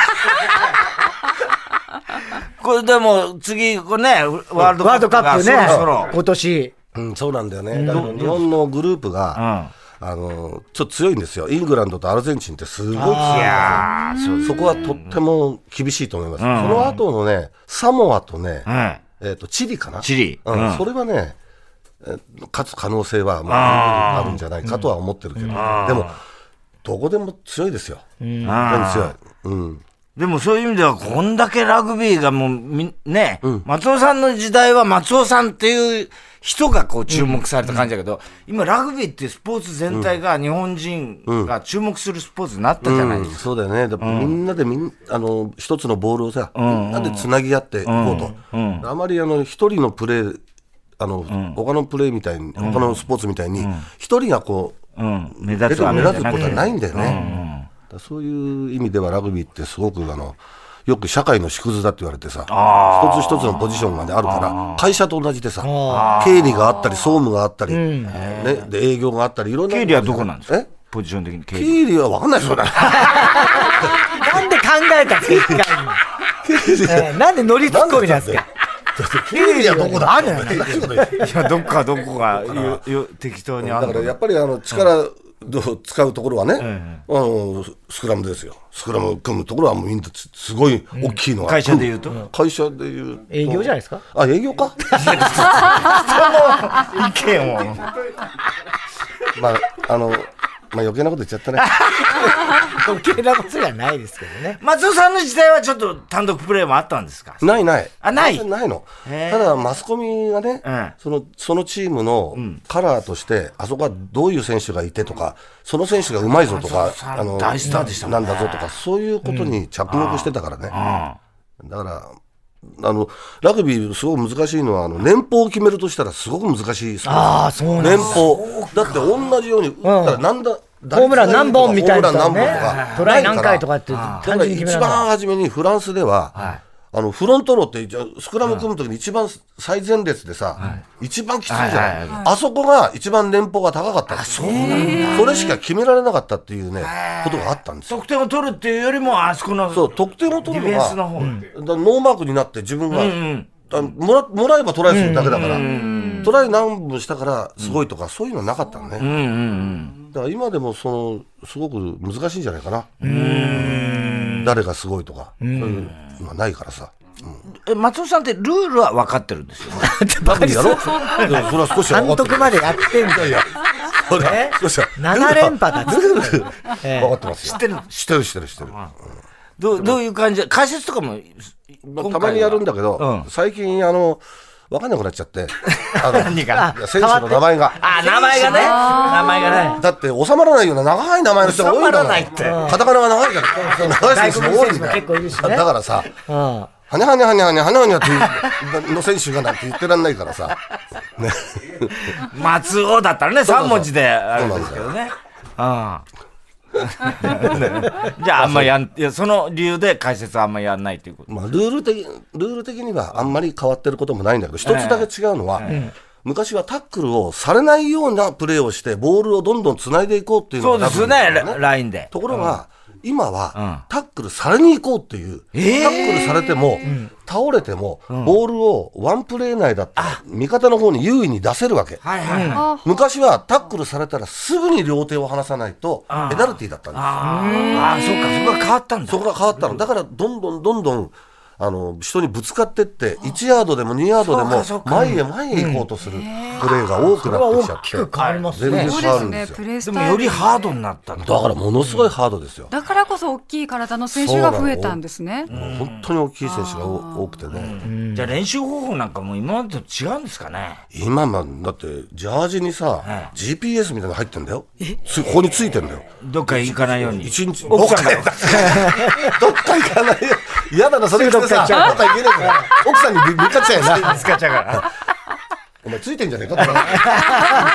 [SPEAKER 2] これでも、次、これね、ワールドカ
[SPEAKER 1] ワール
[SPEAKER 2] ップが。
[SPEAKER 1] ドカップね
[SPEAKER 2] そろそろ、
[SPEAKER 1] 今年。
[SPEAKER 3] うん、そうなんだよね。だから日本のグループが、あの、ちょっと強いんですよ。イングランドとアルゼンチンってすごい強いんですよ
[SPEAKER 2] いやー、そうです。
[SPEAKER 3] そこはとっても厳しいと思います。その後のね、サモアとね、
[SPEAKER 2] うん。
[SPEAKER 3] えっと、チリかな。
[SPEAKER 2] チリ
[SPEAKER 3] うん
[SPEAKER 2] うん
[SPEAKER 3] それはね、えー勝つ可能性は、まあ、あるんじゃないかとは思ってるけど。でも、どこでも強いですよ。本当に強い。うん。
[SPEAKER 2] でもそういう意味では、こんだけラグビーがもうみ、ね、松尾さんの時代は松尾さんっていう人がこう注目された感じだけど、今ラグビーっていうスポーツ全体が日本人が注目するスポーツになったじゃないですか。
[SPEAKER 3] そうだよね、だからみんなでみんあの一つのボールをさ、みんなでつなぎ合っていこうと、あまりあの一人のプレーあの、他のプレーみたいに、他のスポーツみたいに、一人がこう、
[SPEAKER 2] うん、目立
[SPEAKER 3] 出
[SPEAKER 2] つ
[SPEAKER 3] て目
[SPEAKER 2] 雨
[SPEAKER 3] 立つことはないいんだよね、だからそういう意味ではラグビーってすごくあのよく社会の縮図だって言われてさ、一つ一つのポジションが、ね、あるから、会社と同じでさ、経理があったり、総務があったり、ね、で営業があったり、いろんな
[SPEAKER 2] 経理はどこなんですか
[SPEAKER 3] え
[SPEAKER 2] ポジション的に経理。
[SPEAKER 3] 経理は分かんないですよね。
[SPEAKER 1] なんで考えたんですか、一回もえーなんで乗りツッコミなんですか。
[SPEAKER 3] 経理はどこだ
[SPEAKER 1] あるよ
[SPEAKER 3] どういうこと言って
[SPEAKER 2] いや、どっかどこが よよ適当にある
[SPEAKER 3] だか
[SPEAKER 2] の
[SPEAKER 3] らやっぱりあの力どう使うところはね、あのスクラムですよ、スクラム組むところはもうみんなすすごい大きいのが、
[SPEAKER 2] 会社で言うと、
[SPEAKER 3] 会社でいうと
[SPEAKER 1] 営業じゃないですか。
[SPEAKER 3] あ営 業か、
[SPEAKER 2] 意見を。
[SPEAKER 3] まああのまあ余計なこと言っちゃったね、
[SPEAKER 1] 余計なことじゃないですけどね。
[SPEAKER 2] 松尾さんの時代はちょっと単独プレーもあったんですか
[SPEAKER 3] ないない、
[SPEAKER 2] あない
[SPEAKER 3] ないの、
[SPEAKER 2] へえ
[SPEAKER 3] ただマスコミがね、
[SPEAKER 2] うん
[SPEAKER 3] そのそのチームのカラーとして、あそこはどういう選手がいてとか、その選手がうまいぞとか、
[SPEAKER 2] そう大スターでしたも
[SPEAKER 3] なんん
[SPEAKER 2] ね
[SPEAKER 3] だぞとか、そういうことに着目してたからね。だから、あの、ラグビーすごく難しいのは、あの、年俸を決めるとしたらすごく難しいスポーツ
[SPEAKER 1] ああ、そうなん
[SPEAKER 3] 年
[SPEAKER 1] です。
[SPEAKER 3] 俸。だって同じように打ったらなんだ、打率がいいとか
[SPEAKER 1] ホームラン何本みたいな
[SPEAKER 3] ホー
[SPEAKER 1] の
[SPEAKER 3] ムラン何本と
[SPEAKER 1] ね
[SPEAKER 3] か。
[SPEAKER 1] トライ何回とか
[SPEAKER 3] な
[SPEAKER 1] っ
[SPEAKER 3] い
[SPEAKER 1] て
[SPEAKER 3] らだ
[SPEAKER 1] 単
[SPEAKER 3] から
[SPEAKER 1] 純に
[SPEAKER 3] 一
[SPEAKER 1] 決められ
[SPEAKER 3] 番
[SPEAKER 1] ない。
[SPEAKER 3] 初めにフランスでは、あのフロントローってじゃスクラム組むときに一番最前列でさ、一番きついじゃない,、
[SPEAKER 2] はいはい
[SPEAKER 3] あそこが一番年俸が高かったあそうなんそれしか決められなかったっていうねことがあったんですよ
[SPEAKER 2] 得点を取るっていうよりも、あそこの、
[SPEAKER 3] そう得点を取る
[SPEAKER 2] ディ
[SPEAKER 3] の
[SPEAKER 2] フェンスの
[SPEAKER 3] が
[SPEAKER 2] 方。
[SPEAKER 3] だからノーマークになって自分が、
[SPEAKER 2] うん。
[SPEAKER 3] あもらもらえばトライするだけだから、トライ何分したからすごいとか、そういうのはなかったのね、
[SPEAKER 2] うんうん
[SPEAKER 3] だから今でもそのすごく難しいんじゃないかな、誰がすごいとか、そういうのはないからさ、
[SPEAKER 2] うん。え、松尾さんってルールは分かってるんですよね。
[SPEAKER 3] ラグビーやろうでもそれは少しは
[SPEAKER 1] 監
[SPEAKER 3] 分かって
[SPEAKER 1] 督
[SPEAKER 3] る
[SPEAKER 1] までやってんだ
[SPEAKER 3] いやいや、それは少しは
[SPEAKER 1] 7連覇 だっつってんだよええ
[SPEAKER 3] 分かってますよ。
[SPEAKER 2] 知ってるの
[SPEAKER 3] 知ってる、知ってる、知ってる。
[SPEAKER 2] どう、どういう感じで解説とかも、
[SPEAKER 3] まあたまにやるんだけど、
[SPEAKER 2] うん
[SPEAKER 3] 最近、あの、分かんなくなっちゃって、あの
[SPEAKER 2] 何が
[SPEAKER 3] いや選手の名前が。
[SPEAKER 2] あ、名前がね。名前がね。
[SPEAKER 3] だって収まらないような長い名前の人が多いんだ
[SPEAKER 2] 収まらないって
[SPEAKER 3] カタカナが長いから、長い選手も多い
[SPEAKER 1] 外
[SPEAKER 3] んだ
[SPEAKER 1] 国人選手も結構いるし
[SPEAKER 3] よ。
[SPEAKER 1] ね
[SPEAKER 3] だからさ、
[SPEAKER 1] うん
[SPEAKER 3] はにゃはにゃはにゃはにゃはにゃはにゃっていうの 選手がなんて言ってらんないからさ。ね。
[SPEAKER 2] 松尾だったらね、
[SPEAKER 3] そうそう
[SPEAKER 2] 3文字であるんですけどね。あ あ。じゃあ、あんまやん、いや、その理由で解説はあんまやんないということ。
[SPEAKER 3] まあ、ルール的、ルール的にはあんまり変わってることもないんだけど、一つだけ違うのは、昔はタックルをされないようなプレーをして、ボールをどんどん繋いでいこうっていうの
[SPEAKER 2] そう
[SPEAKER 3] が
[SPEAKER 2] で
[SPEAKER 3] 多
[SPEAKER 2] す
[SPEAKER 3] 分
[SPEAKER 2] ね、
[SPEAKER 3] だよ
[SPEAKER 2] ララインで。
[SPEAKER 3] ところが、今は
[SPEAKER 2] う、
[SPEAKER 3] タックルされに行こうっていう、
[SPEAKER 2] えー
[SPEAKER 3] タックルされても、倒れても、ボールをワンプレー内だったら、味方の方に優位に出せるわけ。
[SPEAKER 2] はいはいはい。
[SPEAKER 4] あ
[SPEAKER 3] 昔はタックルされたらすぐに両手を離さないと、ペナルティーだったんですよ。
[SPEAKER 2] ああ、そっか、そこが変わったんだ
[SPEAKER 3] そ。こが変わったの。だから、どんどんどんどん、あの、人にぶつかってって、1ヤードでも2ヤードで
[SPEAKER 2] そうかそう
[SPEAKER 3] も、
[SPEAKER 2] か
[SPEAKER 3] 前へ前へ行こうとするプレーが多くなってきちゃって。
[SPEAKER 1] それは大きく変わりますね
[SPEAKER 3] 全然
[SPEAKER 4] そう
[SPEAKER 3] 変
[SPEAKER 4] で
[SPEAKER 3] わ
[SPEAKER 4] す
[SPEAKER 3] るんで
[SPEAKER 4] ね
[SPEAKER 3] すよ
[SPEAKER 4] プ。レース
[SPEAKER 2] で
[SPEAKER 4] タ
[SPEAKER 2] も
[SPEAKER 4] イル
[SPEAKER 2] よりハードになったんだ。
[SPEAKER 3] だから、ものすごいハードですよ。
[SPEAKER 4] だからこそ大きい体の選手が増えたんですね
[SPEAKER 3] もう本当に大きい選手が多多くてね。
[SPEAKER 2] じゃあ練習方法なんかも今までと違うんですかね。
[SPEAKER 3] 今まだって、ジャージにさ、GPS みたいなの入ってんだよ。つここについてんだよ。
[SPEAKER 2] どっか行かないように。
[SPEAKER 3] 一日、
[SPEAKER 2] 奥さんが
[SPEAKER 3] どっかどっか行かないよ。嫌だな、それ着てさ、どっか行けないから。奥さんにぶぶっかっちゃ うよな。
[SPEAKER 2] 使っちゃうから。
[SPEAKER 3] お前ついてんじゃねえかって話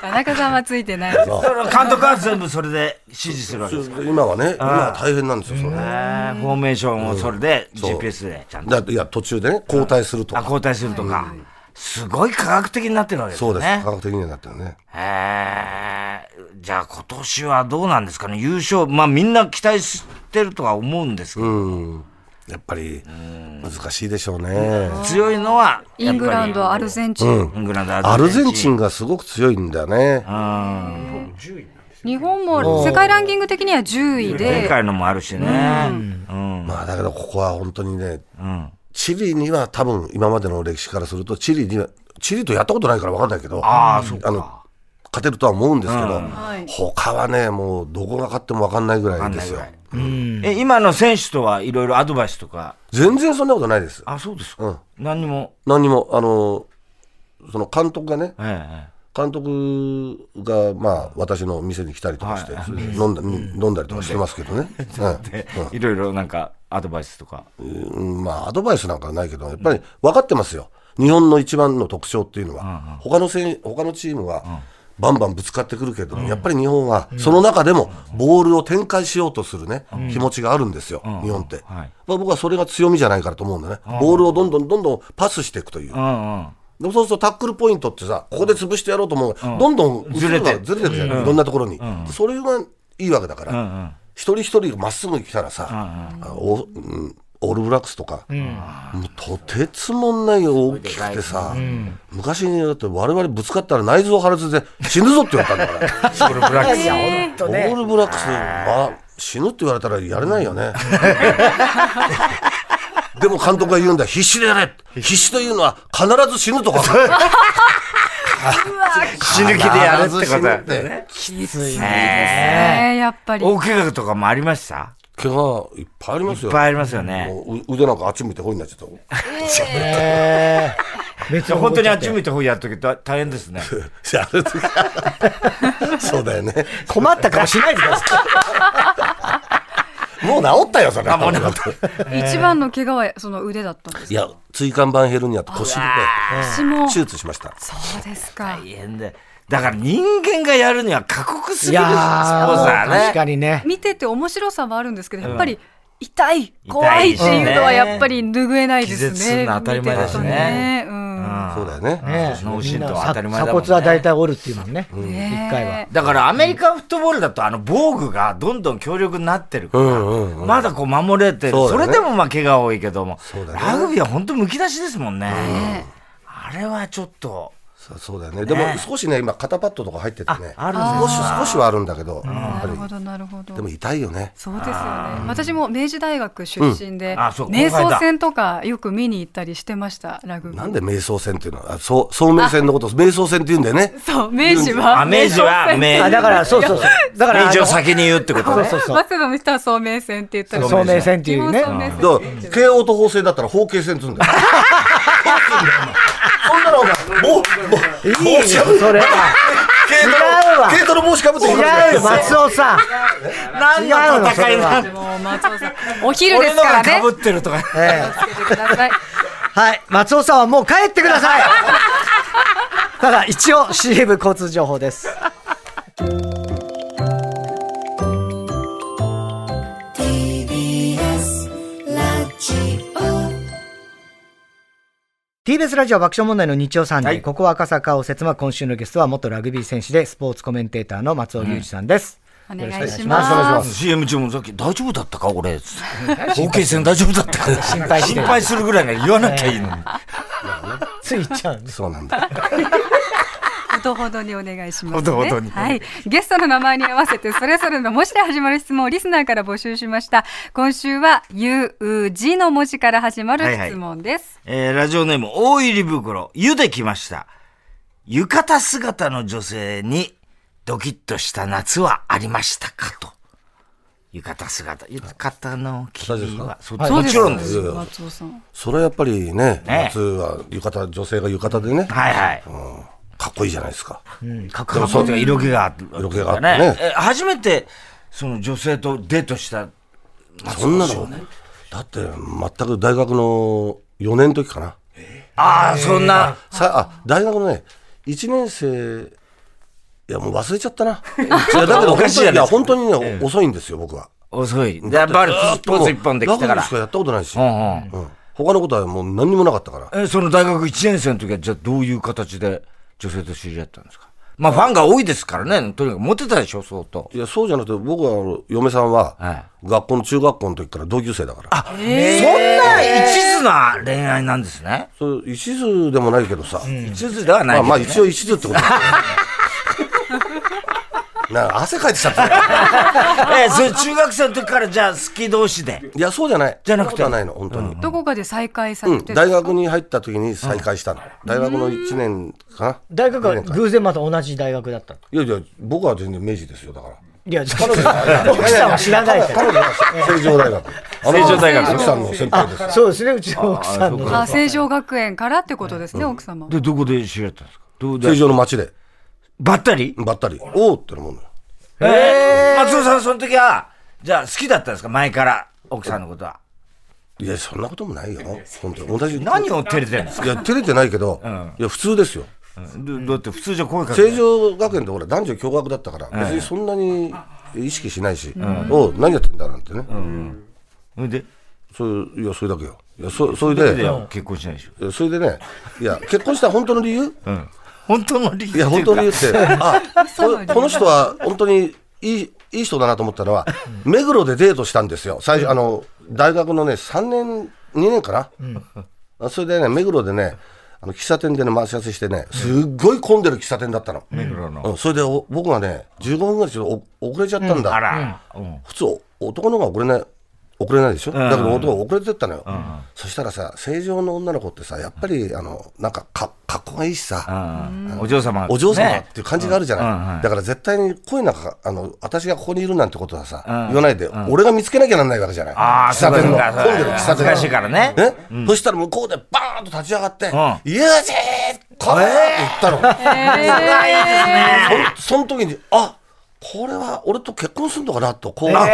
[SPEAKER 4] 田中さんはついてないです
[SPEAKER 2] だから監督は全部それで指示するわけですか
[SPEAKER 3] 今はね、今は大変なんですよ、それ。
[SPEAKER 2] ら。フォーメーションをそれで
[SPEAKER 3] そう
[SPEAKER 2] GPS でちゃんと。
[SPEAKER 3] だっていや、途中でね、交代すると
[SPEAKER 2] あ、
[SPEAKER 3] か。
[SPEAKER 2] 交代するとか。すごい科学的になってるわけですね。
[SPEAKER 3] そうです。科学的にはなってるね。
[SPEAKER 2] へーじゃあ今年はどうなんですかね優勝、まあみんな期待してるとは思うんですけど、
[SPEAKER 3] うん。やっぱり、難しいでしょうね。
[SPEAKER 2] 強いのは、
[SPEAKER 4] イングランドアルゼンチン、
[SPEAKER 2] ン。イングランド、
[SPEAKER 3] アルゼンチンがすごく強いんだよね。
[SPEAKER 4] 日本も世界ランキング的には10位
[SPEAKER 2] 前
[SPEAKER 4] で
[SPEAKER 2] 回のもあるしね。うん。
[SPEAKER 3] まあ、だけどここは本当にね、チリには多分今までの歴史からすると、チリには、チリとやったことないから分かんないけど、
[SPEAKER 2] ああ、そうか。
[SPEAKER 3] の、勝てるとは思うんですけど、
[SPEAKER 4] はい
[SPEAKER 3] 他はね、もうどこが勝っても分かんないぐらいですよ
[SPEAKER 2] わ。かんないぐらいえ、今の選手とはいろいろアドバイスとか。
[SPEAKER 3] 全然そんなことないです。
[SPEAKER 2] あ、そうです
[SPEAKER 3] うん
[SPEAKER 2] か。何にも。
[SPEAKER 3] 何にも、あの、その監督がね、
[SPEAKER 2] ええ。
[SPEAKER 3] 監督が、まあ、私の店に来たりとかして、それで飲んだ飲んだりとかしてますけど ね。
[SPEAKER 2] いろいろなんかアドバイスとか。
[SPEAKER 3] うんうんまあ、アドバイスなんかはないけど、やっぱり分かってますよ。日本の一番の特徴っていうのは、他のせん他のチームは、バンバンぶつかってくるけれども、やっぱり日本は、その中でも、ボールを展開しようとするね、気持ちがあるんですよ、日本って。
[SPEAKER 2] はい
[SPEAKER 3] まあ僕はそれが強みじゃないからと思うんだね。ボールをどんどんどんどんパスしていくという。
[SPEAKER 2] うんうん。
[SPEAKER 3] でもそうするとタックルポイントってさ、ここで潰してやろうと思う、どんどん
[SPEAKER 2] ずれて
[SPEAKER 3] ずれてるじゃん、いろんなところに。それがいいわけだから、
[SPEAKER 2] ん
[SPEAKER 3] 一人一人がまっすぐ来たらさ、あおうんオールブラックスとか、もうとてつもない大きくてさ、昔にだって我々ぶつかったら内臓破裂で死ぬぞって言われたんだか ら。
[SPEAKER 2] ブルブラックス。
[SPEAKER 3] オールブラックス、まあ、死ぬって言われたらやれないよね。 でも監督が言うんだ、必死でやれ必死というのは必ず死ぬとか。
[SPEAKER 2] 死ぬ気でやるってことだよ
[SPEAKER 3] 必ず死ぬ
[SPEAKER 1] き
[SPEAKER 2] ね。
[SPEAKER 3] って
[SPEAKER 1] つい
[SPEAKER 4] えーやっぱり
[SPEAKER 2] 大怪我とかもありました
[SPEAKER 3] 怪我いっぱいあります
[SPEAKER 2] いっ
[SPEAKER 3] よ。
[SPEAKER 2] ぱいありますよね。
[SPEAKER 3] もうう腕なんかあっち向いてこいになっちゃった。
[SPEAKER 1] ね別
[SPEAKER 2] じゃあ本当にあっち向
[SPEAKER 1] に
[SPEAKER 2] いた方やっとけた大変ですね。
[SPEAKER 3] やるとかそうだよね。
[SPEAKER 1] 困った顔しないでください
[SPEAKER 3] もう治ったよ、それ。
[SPEAKER 2] もう治っ
[SPEAKER 4] 一番の怪我はその腕だったんです
[SPEAKER 3] いや、椎間板ヘルニアと腰で
[SPEAKER 4] 私も
[SPEAKER 3] 手
[SPEAKER 4] そ
[SPEAKER 3] 術しました。
[SPEAKER 4] うですか
[SPEAKER 2] 大変で。だから人間がやるには過酷す
[SPEAKER 1] い
[SPEAKER 2] ぎるスポーツ
[SPEAKER 1] やー
[SPEAKER 2] だ
[SPEAKER 1] 確
[SPEAKER 2] ね。
[SPEAKER 1] かにね
[SPEAKER 4] 見てて面白さもあるんですけどやっぱり痛い、怖いっていうのはやっぱり拭えないですね。
[SPEAKER 2] 気絶するの当たり前だしね
[SPEAKER 4] 見てるとねうん
[SPEAKER 3] そうだよね。
[SPEAKER 1] ね
[SPEAKER 2] うん脳震盪は当たり
[SPEAKER 1] 鎖
[SPEAKER 2] 前だもんね
[SPEAKER 1] 骨は大体折るっていうもんね。一
[SPEAKER 4] ね
[SPEAKER 1] 回は。
[SPEAKER 2] だからアメリカンフットボールだとあの防具がどんどん強力になってるから、
[SPEAKER 3] うんうんうん
[SPEAKER 2] まだこう守れてる。
[SPEAKER 3] そ
[SPEAKER 2] そう
[SPEAKER 3] だね
[SPEAKER 2] れでもまあ怪我多いけども、
[SPEAKER 3] そうだね
[SPEAKER 2] ラグビーは本当むき出しですもんね。あれはちょっと、
[SPEAKER 3] そうそうだよね。でも少しね、今、肩パッドとか入っててね。
[SPEAKER 2] ああるん
[SPEAKER 3] 少し、少しはあるんだけど、や
[SPEAKER 4] な
[SPEAKER 3] っぱ
[SPEAKER 4] る
[SPEAKER 3] り
[SPEAKER 4] ほど、なるほど
[SPEAKER 3] で。も痛いよね。
[SPEAKER 4] そうですよね。私も明治大学出身で、
[SPEAKER 2] あそう
[SPEAKER 4] 瞑
[SPEAKER 2] 後輩
[SPEAKER 4] 想
[SPEAKER 2] だ
[SPEAKER 4] 戦とかよく見に行ったりしてました、ラグビー。
[SPEAKER 3] なんで瞑想線っていうのは、あそう、聡明線のこと、瞑想線って言うんだよね。
[SPEAKER 4] そう、明治は。
[SPEAKER 2] あ明治は
[SPEAKER 4] 瞑想戦
[SPEAKER 2] 明治
[SPEAKER 1] あだから、そうそうそう。だから、
[SPEAKER 2] 明治を
[SPEAKER 1] あの
[SPEAKER 2] 先に言うってことね。
[SPEAKER 1] そうそ うそう。
[SPEAKER 4] 早稲田の人は聡明線って言ったら、
[SPEAKER 1] 聡明線っていうね
[SPEAKER 4] 基。本聡明線
[SPEAKER 3] だから、慶応と法政だったら法慶線って言うんだよ。そんなのお前、もう、
[SPEAKER 1] いいよ、それは。違うわ
[SPEAKER 3] もう、慶太の帽子かぶって
[SPEAKER 1] 違うよ、松尾さん。
[SPEAKER 2] 何の戦いなんだ
[SPEAKER 4] もう松尾さん、お昼で
[SPEAKER 2] 俺
[SPEAKER 4] す
[SPEAKER 2] の
[SPEAKER 4] から
[SPEAKER 2] が
[SPEAKER 4] ね。
[SPEAKER 2] 被ってるとか。
[SPEAKER 1] ええ
[SPEAKER 4] 気をつけてください。
[SPEAKER 1] はい、松尾さんはもう帰ってくださ い。ただ、一応 CM 交通情報です。TBS ラジオ爆笑問題の日曜サンデー、ここは赤坂を説明今週のゲストは元ラグビー選手でスポーツコメンテーターの松尾隆二さんです、
[SPEAKER 4] お願いし
[SPEAKER 1] よろしくお願いし
[SPEAKER 4] ま。
[SPEAKER 1] ますす
[SPEAKER 2] CM 中もさっき大丈夫だったか俺。OK 戦大丈夫だったか心
[SPEAKER 1] 配してる
[SPEAKER 2] するぐらいなら言わなきゃ いいのに。
[SPEAKER 1] ついちゃうんです
[SPEAKER 3] そうなんだ。
[SPEAKER 4] ほどほどにお願いします、ね。
[SPEAKER 2] ほどほどに
[SPEAKER 4] はい。ゲストの名前に合わせて、それぞれの文字で始まる質問をリスナーから募集しました。今週は、ゆうじの文字から始まる質問です。
[SPEAKER 2] えーラジオネーム、大入り袋、湯できました。浴衣姿の女性にドキッとした夏はありましたかと。浴衣姿、浴衣の君は、そうもちろんです。
[SPEAKER 3] いやいや
[SPEAKER 4] 松尾さん。
[SPEAKER 3] それはやっぱりね、
[SPEAKER 2] ね
[SPEAKER 3] 夏は浴衣、女性が浴衣でね、
[SPEAKER 2] はいはい。
[SPEAKER 3] かっこいいじゃないですか。
[SPEAKER 1] かっ
[SPEAKER 2] で
[SPEAKER 1] こい
[SPEAKER 2] も
[SPEAKER 1] い
[SPEAKER 2] そういう色気があって、
[SPEAKER 3] 色気があってね
[SPEAKER 2] え初めて、その女性とデートした、
[SPEAKER 3] そんなの、だって、全く大学の4年の時かな。
[SPEAKER 2] ああ、そんな、
[SPEAKER 3] さあ、大学のね、1年生、いや、もう忘れちゃった な。いや、だけど、
[SPEAKER 2] おかしいじゃないですか
[SPEAKER 3] 本当にいや本当にね、遅いんですよ、僕は。
[SPEAKER 2] 遅い。で、やっぱりスポーツ一本で来たか
[SPEAKER 3] ラグビー
[SPEAKER 2] ら
[SPEAKER 3] し。かやったことないし、
[SPEAKER 2] うんうん。
[SPEAKER 3] うん他のことはもう何にもなかったから。
[SPEAKER 2] え、その大学1年生の時は、じゃあどういう形で女性と知り合ったんですかまあファンが多いですからね、とにかくモテたでしょ、相当。
[SPEAKER 3] いや、そうじゃなくて、僕はあの、嫁さん
[SPEAKER 2] は
[SPEAKER 3] は、学校の中学校の時から同級生だから。
[SPEAKER 2] そんな一途な恋愛なんですね。
[SPEAKER 3] そう一途でもないけどさ。
[SPEAKER 2] 一途ではな
[SPEAKER 3] ま
[SPEAKER 2] い
[SPEAKER 3] あ
[SPEAKER 2] け
[SPEAKER 3] ま
[SPEAKER 2] ど
[SPEAKER 3] あ、
[SPEAKER 2] ね。
[SPEAKER 3] 一応一途ってこ とだよなんか汗かいてきちゃったよ。
[SPEAKER 2] え、それ中学生の時からじゃあ好き同士で。
[SPEAKER 3] いや、そうじゃない。
[SPEAKER 2] じゃなくて
[SPEAKER 3] そうじゃないの、本当に。
[SPEAKER 4] どこかで再開さ
[SPEAKER 3] う
[SPEAKER 4] れ
[SPEAKER 3] ん、
[SPEAKER 4] て、
[SPEAKER 3] 大学に入った時に再会したの。大学の1年かな。
[SPEAKER 1] 大学
[SPEAKER 3] 二
[SPEAKER 1] は
[SPEAKER 3] 年か
[SPEAKER 1] 偶然また同じ大学だった
[SPEAKER 3] いやいや、僕は全然明治ですよ、だから。
[SPEAKER 1] いや彼女奥さんは知らないから
[SPEAKER 3] 彼女は成城 大学。成
[SPEAKER 2] 城大学
[SPEAKER 3] 奥さんの先輩です。
[SPEAKER 1] そうですねうちの奥さんの
[SPEAKER 4] あ、成城学園からってことですね、奥様。
[SPEAKER 2] で、どこで知り合ったんですかどうで
[SPEAKER 3] 成城の街で、
[SPEAKER 2] ばったり
[SPEAKER 3] ばったり。おおってのもんだよ。
[SPEAKER 2] えー松尾さん、その時は、じゃあ好きだったんですか前から、奥さんのことは。
[SPEAKER 3] いや、そんなこともないよ。本当に。同じ。
[SPEAKER 2] 何を照れてるんですか
[SPEAKER 3] いや、照れてないけど、いや、普通ですよ。
[SPEAKER 2] うんだだって普通じゃ声かけ
[SPEAKER 3] 成城学園ってほら、男女共学だったから、別にそんなに意識しないし、おう何やってんだなんてね。
[SPEAKER 2] それで、
[SPEAKER 3] そういう、いや、それだけよ。いや、そ、それ
[SPEAKER 2] で
[SPEAKER 3] で、
[SPEAKER 2] 結婚しないでしょ。
[SPEAKER 3] いやそれでね、いや、結婚した本当の理由
[SPEAKER 2] 本当の理由
[SPEAKER 3] いや、本当に言 って、あ
[SPEAKER 4] そうなんだ
[SPEAKER 3] ここの人は本当にいいいい人だなと思ったのは、目黒でデートしたんですよ、最初、あの大学のね、3年、2年かな、あそれでね、目黒でね、あの喫茶店でね、待ち合わせしてね、すっごい混んでる喫茶店だったの、目
[SPEAKER 2] 黒の
[SPEAKER 3] うん、それでお僕がね、15分ぐらいちょっとお遅れちゃったんだ、
[SPEAKER 2] あら、うん
[SPEAKER 3] 普通、男の方が遅れない。遅れないでしょ、だけど男が遅れてったのよ、そしたらさ正常の女の子ってさやっぱりあのなんかか格好がいいしさ、
[SPEAKER 2] お嬢様、
[SPEAKER 3] お嬢様っ
[SPEAKER 2] ね
[SPEAKER 3] ていう感じがあるじゃ
[SPEAKER 2] うんうん
[SPEAKER 3] な
[SPEAKER 2] うん
[SPEAKER 3] い。だから絶対に声なんか、あの、私がここにいるなんてことはさ、言わないで、俺が見つけなきゃなんないわけじゃない。
[SPEAKER 2] ああ、
[SPEAKER 3] 喫茶店の、
[SPEAKER 2] そうか
[SPEAKER 3] 混んでる喫茶
[SPEAKER 2] 恥ず
[SPEAKER 3] 店
[SPEAKER 2] かしいからね。
[SPEAKER 3] ね、そしたら向こうでバーンと立ち上がって、
[SPEAKER 2] ん
[SPEAKER 3] ユージーこれーって言ったの。そその時に、あこれは俺と結婚するのかなと、こう、そうビ
[SPEAKER 2] ビ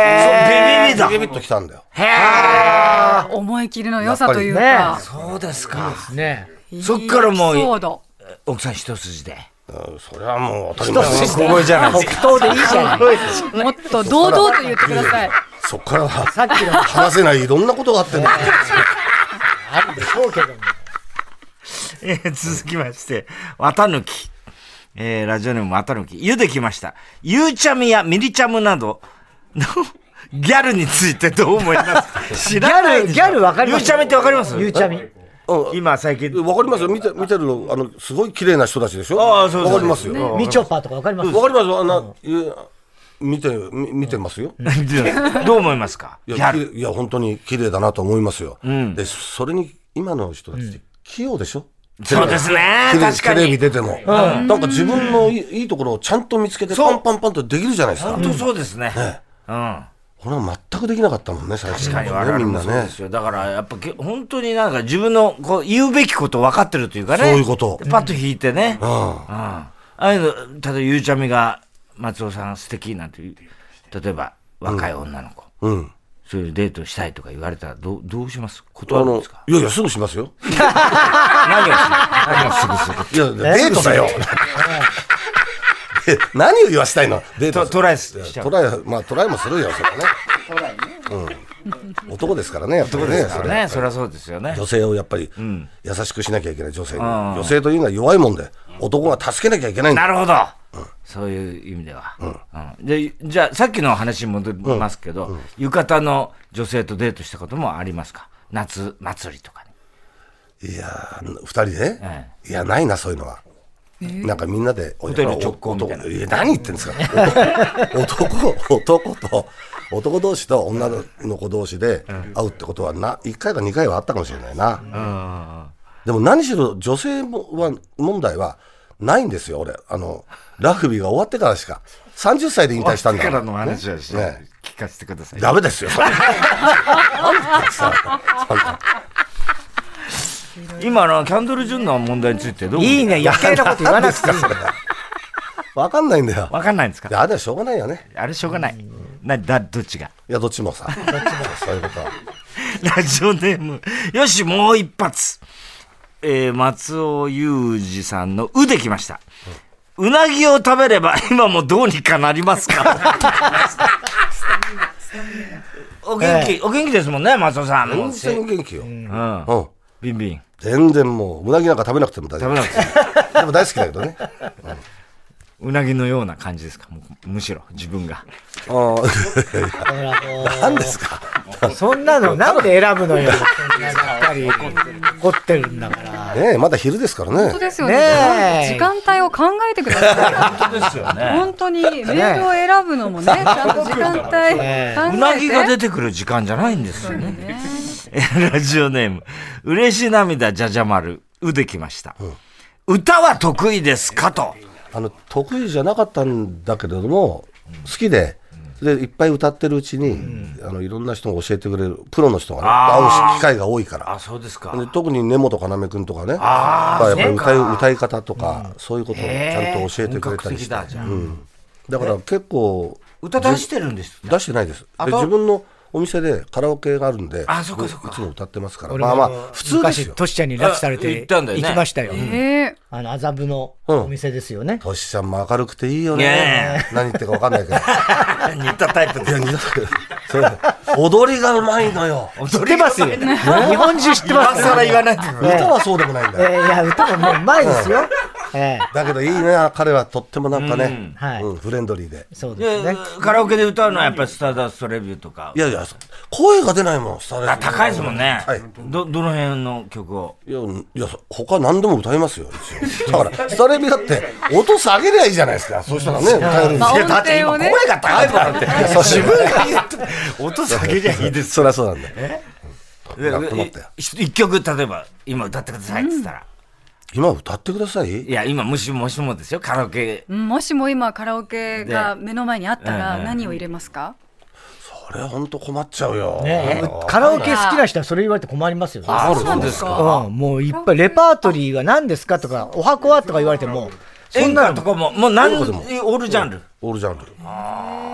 [SPEAKER 2] ビビだ
[SPEAKER 3] ビビッときたんだよ。
[SPEAKER 2] へえ。
[SPEAKER 4] あ思い切りの良さという
[SPEAKER 1] やっ
[SPEAKER 4] か
[SPEAKER 1] ぱ。
[SPEAKER 2] そうですか。
[SPEAKER 1] ね
[SPEAKER 4] いい
[SPEAKER 2] そっからもう
[SPEAKER 4] エピソード
[SPEAKER 2] 奥さん一筋で。
[SPEAKER 3] うんそれはもう当たり前だ
[SPEAKER 2] 小声じゃないですか。
[SPEAKER 1] 北東でいいじゃん
[SPEAKER 4] もっと堂々と言ってください。
[SPEAKER 3] そっからは
[SPEAKER 1] さっきのも
[SPEAKER 3] 話せないいろんなことがあ ってね。
[SPEAKER 1] あるでしょうけども。
[SPEAKER 2] えー続きまして、綿抜き。えーラジオネーム綿抜き。ゆできました。ゆうちゃみやみりちゃむなどの ギャルについてどう思 いますか知らないでしょ
[SPEAKER 1] ギャルギャルわかります
[SPEAKER 2] ゆうちゃみってわかります
[SPEAKER 1] ゆうちゃみ。
[SPEAKER 3] うん
[SPEAKER 2] 今最近。
[SPEAKER 3] わかりますよ見て見てるのあのすごい綺麗な人たちでしょ。
[SPEAKER 2] ああそうそう
[SPEAKER 3] わかりますよ。わか
[SPEAKER 1] みちょぱとかわかります
[SPEAKER 3] りますよ。あんなえ見てみ見てますよ。
[SPEAKER 2] どう思いますか
[SPEAKER 3] い
[SPEAKER 2] ギ
[SPEAKER 3] や
[SPEAKER 2] ャ
[SPEAKER 3] き
[SPEAKER 2] ル。
[SPEAKER 3] れいや本当に綺麗だなと思いますよ。でそれに今の人たちって器用でしょ。
[SPEAKER 2] そうですね
[SPEAKER 3] テレビ
[SPEAKER 2] 確かに
[SPEAKER 3] テレビ出ても、なんか自分のいいいいところをちゃんと見つけて
[SPEAKER 2] そう
[SPEAKER 3] パンパンパンとできるじゃないですか
[SPEAKER 2] 本。当そうですね。うん。
[SPEAKER 3] 俺は全くできなかったもんね最初
[SPEAKER 2] 確かに
[SPEAKER 3] ね
[SPEAKER 2] 我々
[SPEAKER 3] みん
[SPEAKER 2] も
[SPEAKER 3] な
[SPEAKER 2] そうで
[SPEAKER 3] ね。
[SPEAKER 2] すよ。だからやっぱけ本当になんか自分のこう言うべきこと分かってるというかね。
[SPEAKER 3] そういうこと
[SPEAKER 2] でパッと引いてね。
[SPEAKER 3] う
[SPEAKER 2] あ
[SPEAKER 3] ん。
[SPEAKER 2] ああいうの、例えばゆうちゃみが松尾さん素敵なんて言う、例えば若い女の子、
[SPEAKER 3] うん。
[SPEAKER 2] そういうデートしたいとか言われたらどうどうします
[SPEAKER 3] あ
[SPEAKER 2] 断るん
[SPEAKER 3] の
[SPEAKER 2] ですか
[SPEAKER 3] いやいやすぐしますよ。
[SPEAKER 2] 何をする何をすぐする
[SPEAKER 3] いやデートだよ。 え何を言わしたいのデート
[SPEAKER 2] トトライしちゃう
[SPEAKER 3] トライまあトライもするよそれはね。うん。男ですからねやっぱりねそれ
[SPEAKER 2] ね。そりゃそうですよね。
[SPEAKER 3] 女性をやっぱり優しくしなきゃいけない女性に
[SPEAKER 2] ん
[SPEAKER 3] 女性というのは弱いもんで男が助けなきゃいけないんだ
[SPEAKER 2] なるほど、そういう意味では、うんでじゃあさっきの話に戻りますけど、浴衣の女性とデートしたこともありますか夏祭りとかに
[SPEAKER 3] いやー、二人で、
[SPEAKER 2] え
[SPEAKER 3] いや、ないな、そういうのは。なんかみんなで、ホ
[SPEAKER 2] テル直行みたいな
[SPEAKER 3] や、何言ってんですか。男、男と、男同士と女の子同士で会うってことはな、一回か二回はあったかもしれないな。でも何しろ女性もは問題はないんですよ、俺。あの、ラグビーが終わってからしか。30歳で引退したんだ
[SPEAKER 2] だ
[SPEAKER 3] か
[SPEAKER 2] から
[SPEAKER 3] ら。
[SPEAKER 2] の話はし、
[SPEAKER 3] ね
[SPEAKER 2] 聞かせてください
[SPEAKER 3] ダメですよ、それ なんでさ
[SPEAKER 2] 今のキャンドル・ジュンの問題についてどう思う
[SPEAKER 1] いいね、余計なこと言わなくていい。
[SPEAKER 3] わかんないんだよ。
[SPEAKER 2] わかんないんですか
[SPEAKER 3] いやあれはしょうがないよね。
[SPEAKER 2] あれしょうがない、なだどっちが
[SPEAKER 3] いや、どっちもさ。そういうことは。
[SPEAKER 2] ラジオネームよしもう一発、えー松尾雄二さんの「う」できました、うなぎを食べれば 今もどうにかなります かお元気、お元気ですもんね、松尾さん。も
[SPEAKER 3] 全
[SPEAKER 2] う
[SPEAKER 3] 然元気よ。う。
[SPEAKER 2] うんん。ビンビン。
[SPEAKER 3] 全然もう、うなぎなんか食べなくても大
[SPEAKER 2] 食
[SPEAKER 3] 丈
[SPEAKER 2] べ
[SPEAKER 3] 夫。
[SPEAKER 2] なくていい。
[SPEAKER 3] でも大好きだけ どね。あ
[SPEAKER 2] うなぎのような感じですかもうむしろ、自分が。
[SPEAKER 3] あ、何ですか
[SPEAKER 1] そんなのなんで選ぶのよ。やっぱり怒ってるんだから。
[SPEAKER 3] ねえ、まだ昼ですから
[SPEAKER 4] 本当
[SPEAKER 3] ね。
[SPEAKER 4] ですよね
[SPEAKER 1] ねえ
[SPEAKER 4] 時間帯を考えてください。
[SPEAKER 2] ですよね。
[SPEAKER 4] 本当にメールを選ぶのもね、ちゃんと時間帯考え
[SPEAKER 1] ね
[SPEAKER 4] て。
[SPEAKER 2] うなぎが出てくる時間じゃないんですよね。ラジオネーム、嬉し涙じゃじゃ丸、うできました。歌は得意ですかと。
[SPEAKER 3] あの、得意じゃなかったんだけれども、好きで、で、いっぱい歌ってるうちに、あの、いろんな人が教えてくれる、プロの人がね、
[SPEAKER 2] あ
[SPEAKER 3] 会う機会が多いから。
[SPEAKER 2] あ、そうですか。
[SPEAKER 3] で特に根本要君とかね、まあやっぱり歌い歌い方とか、そういうことをちゃんと教えてくれたりして、
[SPEAKER 2] 本格的だじゃあ
[SPEAKER 3] うんだから結構、
[SPEAKER 2] 歌出してるんですって
[SPEAKER 3] 出してないです。で
[SPEAKER 2] と
[SPEAKER 3] 自分のお店でカラオケがあるんで、
[SPEAKER 2] あそっかそっか
[SPEAKER 3] いつも歌ってますから。まあまあ、普通です
[SPEAKER 1] 昔、
[SPEAKER 3] よ。
[SPEAKER 1] トシちゃんに拉致され
[SPEAKER 2] あ
[SPEAKER 1] て
[SPEAKER 2] 行ったんだよね
[SPEAKER 1] 行きましたよ。
[SPEAKER 4] えー
[SPEAKER 1] あの、麻布のお店ですよね。
[SPEAKER 3] トシちゃんも明るくていいよ
[SPEAKER 2] ね
[SPEAKER 3] ね。何言ってるか分かんないけど。
[SPEAKER 2] 似たタイプ
[SPEAKER 3] いや、似たけどそれ踊りがうまいのよ。
[SPEAKER 1] 知ってますよ。日本中知ってます
[SPEAKER 2] 今更言わないでく
[SPEAKER 1] ね
[SPEAKER 3] 歌はそうでもないん
[SPEAKER 1] えー
[SPEAKER 3] だよ。
[SPEAKER 1] いや、歌ももう前ですよ。え
[SPEAKER 3] だけどいいね、彼はとってもなんかね、
[SPEAKER 1] はい
[SPEAKER 3] うんフレンドリーで
[SPEAKER 1] え。そうです
[SPEAKER 2] で
[SPEAKER 1] ね。
[SPEAKER 2] カラオケで歌うのはやっぱりスターダストレビューとか
[SPEAKER 3] い。やいや、そ声が出ないもん、スタレ
[SPEAKER 2] あ高いですもんね。
[SPEAKER 3] はい。
[SPEAKER 2] ど、どの辺の曲を。
[SPEAKER 3] いや、うんいや、そ他何でも歌いますよ、一応。だから、スタレビだって、音下げりゃいいじゃないですか。そうしたらね、歌えるんで
[SPEAKER 4] まあ
[SPEAKER 3] すよ。
[SPEAKER 4] 音程をね、
[SPEAKER 2] 声が高いもんだって。
[SPEAKER 3] 自分が言って
[SPEAKER 2] 音下げりゃいいです。
[SPEAKER 3] そりゃそうなんだよ。
[SPEAKER 2] で
[SPEAKER 3] やってもらったよ
[SPEAKER 2] い一曲、例えば、今歌ってくださいって言ったら。
[SPEAKER 3] 今歌ってください
[SPEAKER 2] いや、今、もしもしもですよ、カラオケ。
[SPEAKER 4] うんもしも今カラオケが目の前にあったら何を入れますか、
[SPEAKER 3] これほんと困っちゃうよ。
[SPEAKER 1] ねえカラオケ好きな人はそれ言われて困りますよね。
[SPEAKER 2] あ、そうですか。
[SPEAKER 1] うん、もういっぱい、レパートリーは何ですかとか、お箱はとか言われても、
[SPEAKER 2] 演歌とかも、もう何、オ
[SPEAKER 3] でも
[SPEAKER 2] ールジャンル。
[SPEAKER 3] オールジャンル。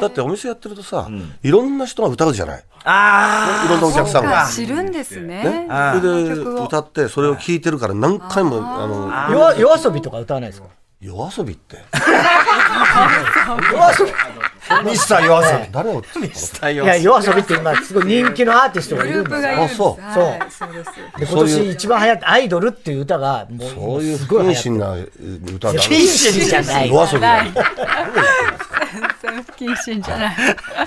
[SPEAKER 3] だってお店やってるとさ、いろんな人が歌うじゃない。
[SPEAKER 2] あ
[SPEAKER 3] いろんなお客さんが。
[SPEAKER 4] 知るんですね
[SPEAKER 3] ね、
[SPEAKER 2] あー
[SPEAKER 3] それで
[SPEAKER 4] 曲を
[SPEAKER 3] 歌って、それを聴いてるから何回も、あの、
[SPEAKER 1] 夜夜遊びとか歌わないですか
[SPEAKER 3] 夜遊びって。
[SPEAKER 1] 夜遊び
[SPEAKER 2] ミスター夜遊び。
[SPEAKER 3] 誰を
[SPEAKER 2] ミスター
[SPEAKER 1] いや、
[SPEAKER 2] 夜遊び。
[SPEAKER 1] 夜遊びって今、すごい人気のアーティストがいるん
[SPEAKER 4] グ
[SPEAKER 1] で
[SPEAKER 4] ループ
[SPEAKER 1] すよ。
[SPEAKER 4] がいるんです。
[SPEAKER 3] あそう
[SPEAKER 4] はいそうです。
[SPEAKER 1] で今
[SPEAKER 3] そういう
[SPEAKER 1] 年一番流行って、アイドルっていう歌が、もう、
[SPEAKER 3] そういう
[SPEAKER 1] す
[SPEAKER 3] 不
[SPEAKER 1] ごい流行
[SPEAKER 3] 謹
[SPEAKER 1] って
[SPEAKER 3] 慎な歌
[SPEAKER 1] 不
[SPEAKER 3] だ
[SPEAKER 1] 謹慎じゃない。
[SPEAKER 3] 夜遊びだよ
[SPEAKER 4] 不謹慎じゃない。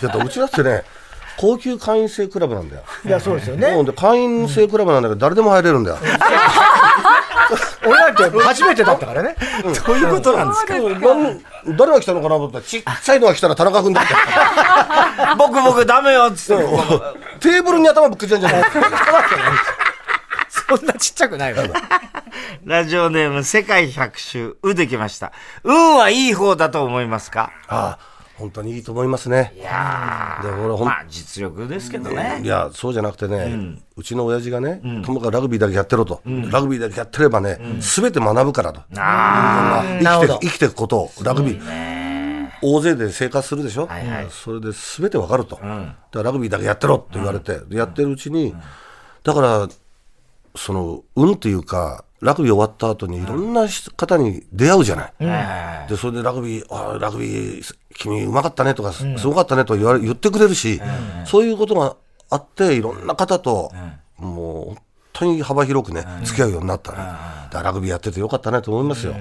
[SPEAKER 3] だってうちだってね高級会員制クラブなんだよ
[SPEAKER 1] いや、そうですよ
[SPEAKER 3] も
[SPEAKER 1] ね
[SPEAKER 3] う。で会員制クラブなんだけど誰でも入れるんだよ
[SPEAKER 1] 俺なんて初めてだったからね。
[SPEAKER 2] どういうことなんですか
[SPEAKER 3] なん誰が来たのかなと思ったらちっちゃいのが来たら田中君だって
[SPEAKER 2] 僕僕ダメよっつって。
[SPEAKER 3] テーブルに頭ぶっかけたんじゃない
[SPEAKER 1] そんなちっちゃくないわ。
[SPEAKER 2] ラジオネーム世界百周、うできました。運はいい方だと思いますか
[SPEAKER 3] ああ本当にいいと思いますねいやで俺ほん
[SPEAKER 2] まあ実力ですけどね
[SPEAKER 3] い。やそうじゃなくてね、うちの親父がね、ともかくラグビーだけやってろと、ラグビーだけやってればね、すべて学ぶからと、まあ
[SPEAKER 1] なる
[SPEAKER 3] 生
[SPEAKER 1] ほ
[SPEAKER 3] き
[SPEAKER 1] ど
[SPEAKER 3] て生きていくことを、ラグビー、大勢で生活するでしょ、
[SPEAKER 2] はいはい
[SPEAKER 3] それですべてわかると、だからラグビーだけやってろって言われて、でやってるうちに、だから、その運っていうか、ラグビー終わった後にいろんな人方に出会うじゃない。でそれでラグビー、あーラグビー、君、うまかったねとか、すすごかったねとか言われ言ってくれるし、そういうことがあって、いろんな方と、もう本当に幅広くね、付き合うようになったね、だからラグビーやっててよかったねと思いますよ。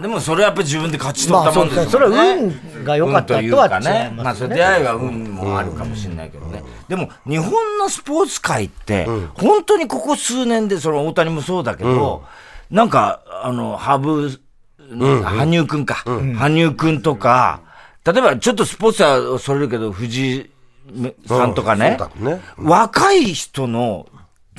[SPEAKER 2] でもそれはやっぱり自分で勝ち取
[SPEAKER 1] ま
[SPEAKER 2] った
[SPEAKER 1] あ、そ
[SPEAKER 2] も
[SPEAKER 1] うんで
[SPEAKER 2] ですすもん
[SPEAKER 1] ね。
[SPEAKER 2] ね。
[SPEAKER 1] それは運が良かったとは違い
[SPEAKER 2] ま
[SPEAKER 1] ま
[SPEAKER 2] あ
[SPEAKER 1] す
[SPEAKER 2] そ
[SPEAKER 1] よ
[SPEAKER 2] れ
[SPEAKER 1] ね。
[SPEAKER 2] 出会いは運もあるかもしれないけどね、でも日本のスポーツ界って、本当にここ数年でその大谷もそうだけど、なんかあの羽生、羽生くんか、羽生くんとか例えばちょっとスポーツはそれるけど藤井さんとかね,、
[SPEAKER 3] うんそうだね
[SPEAKER 2] 若い人の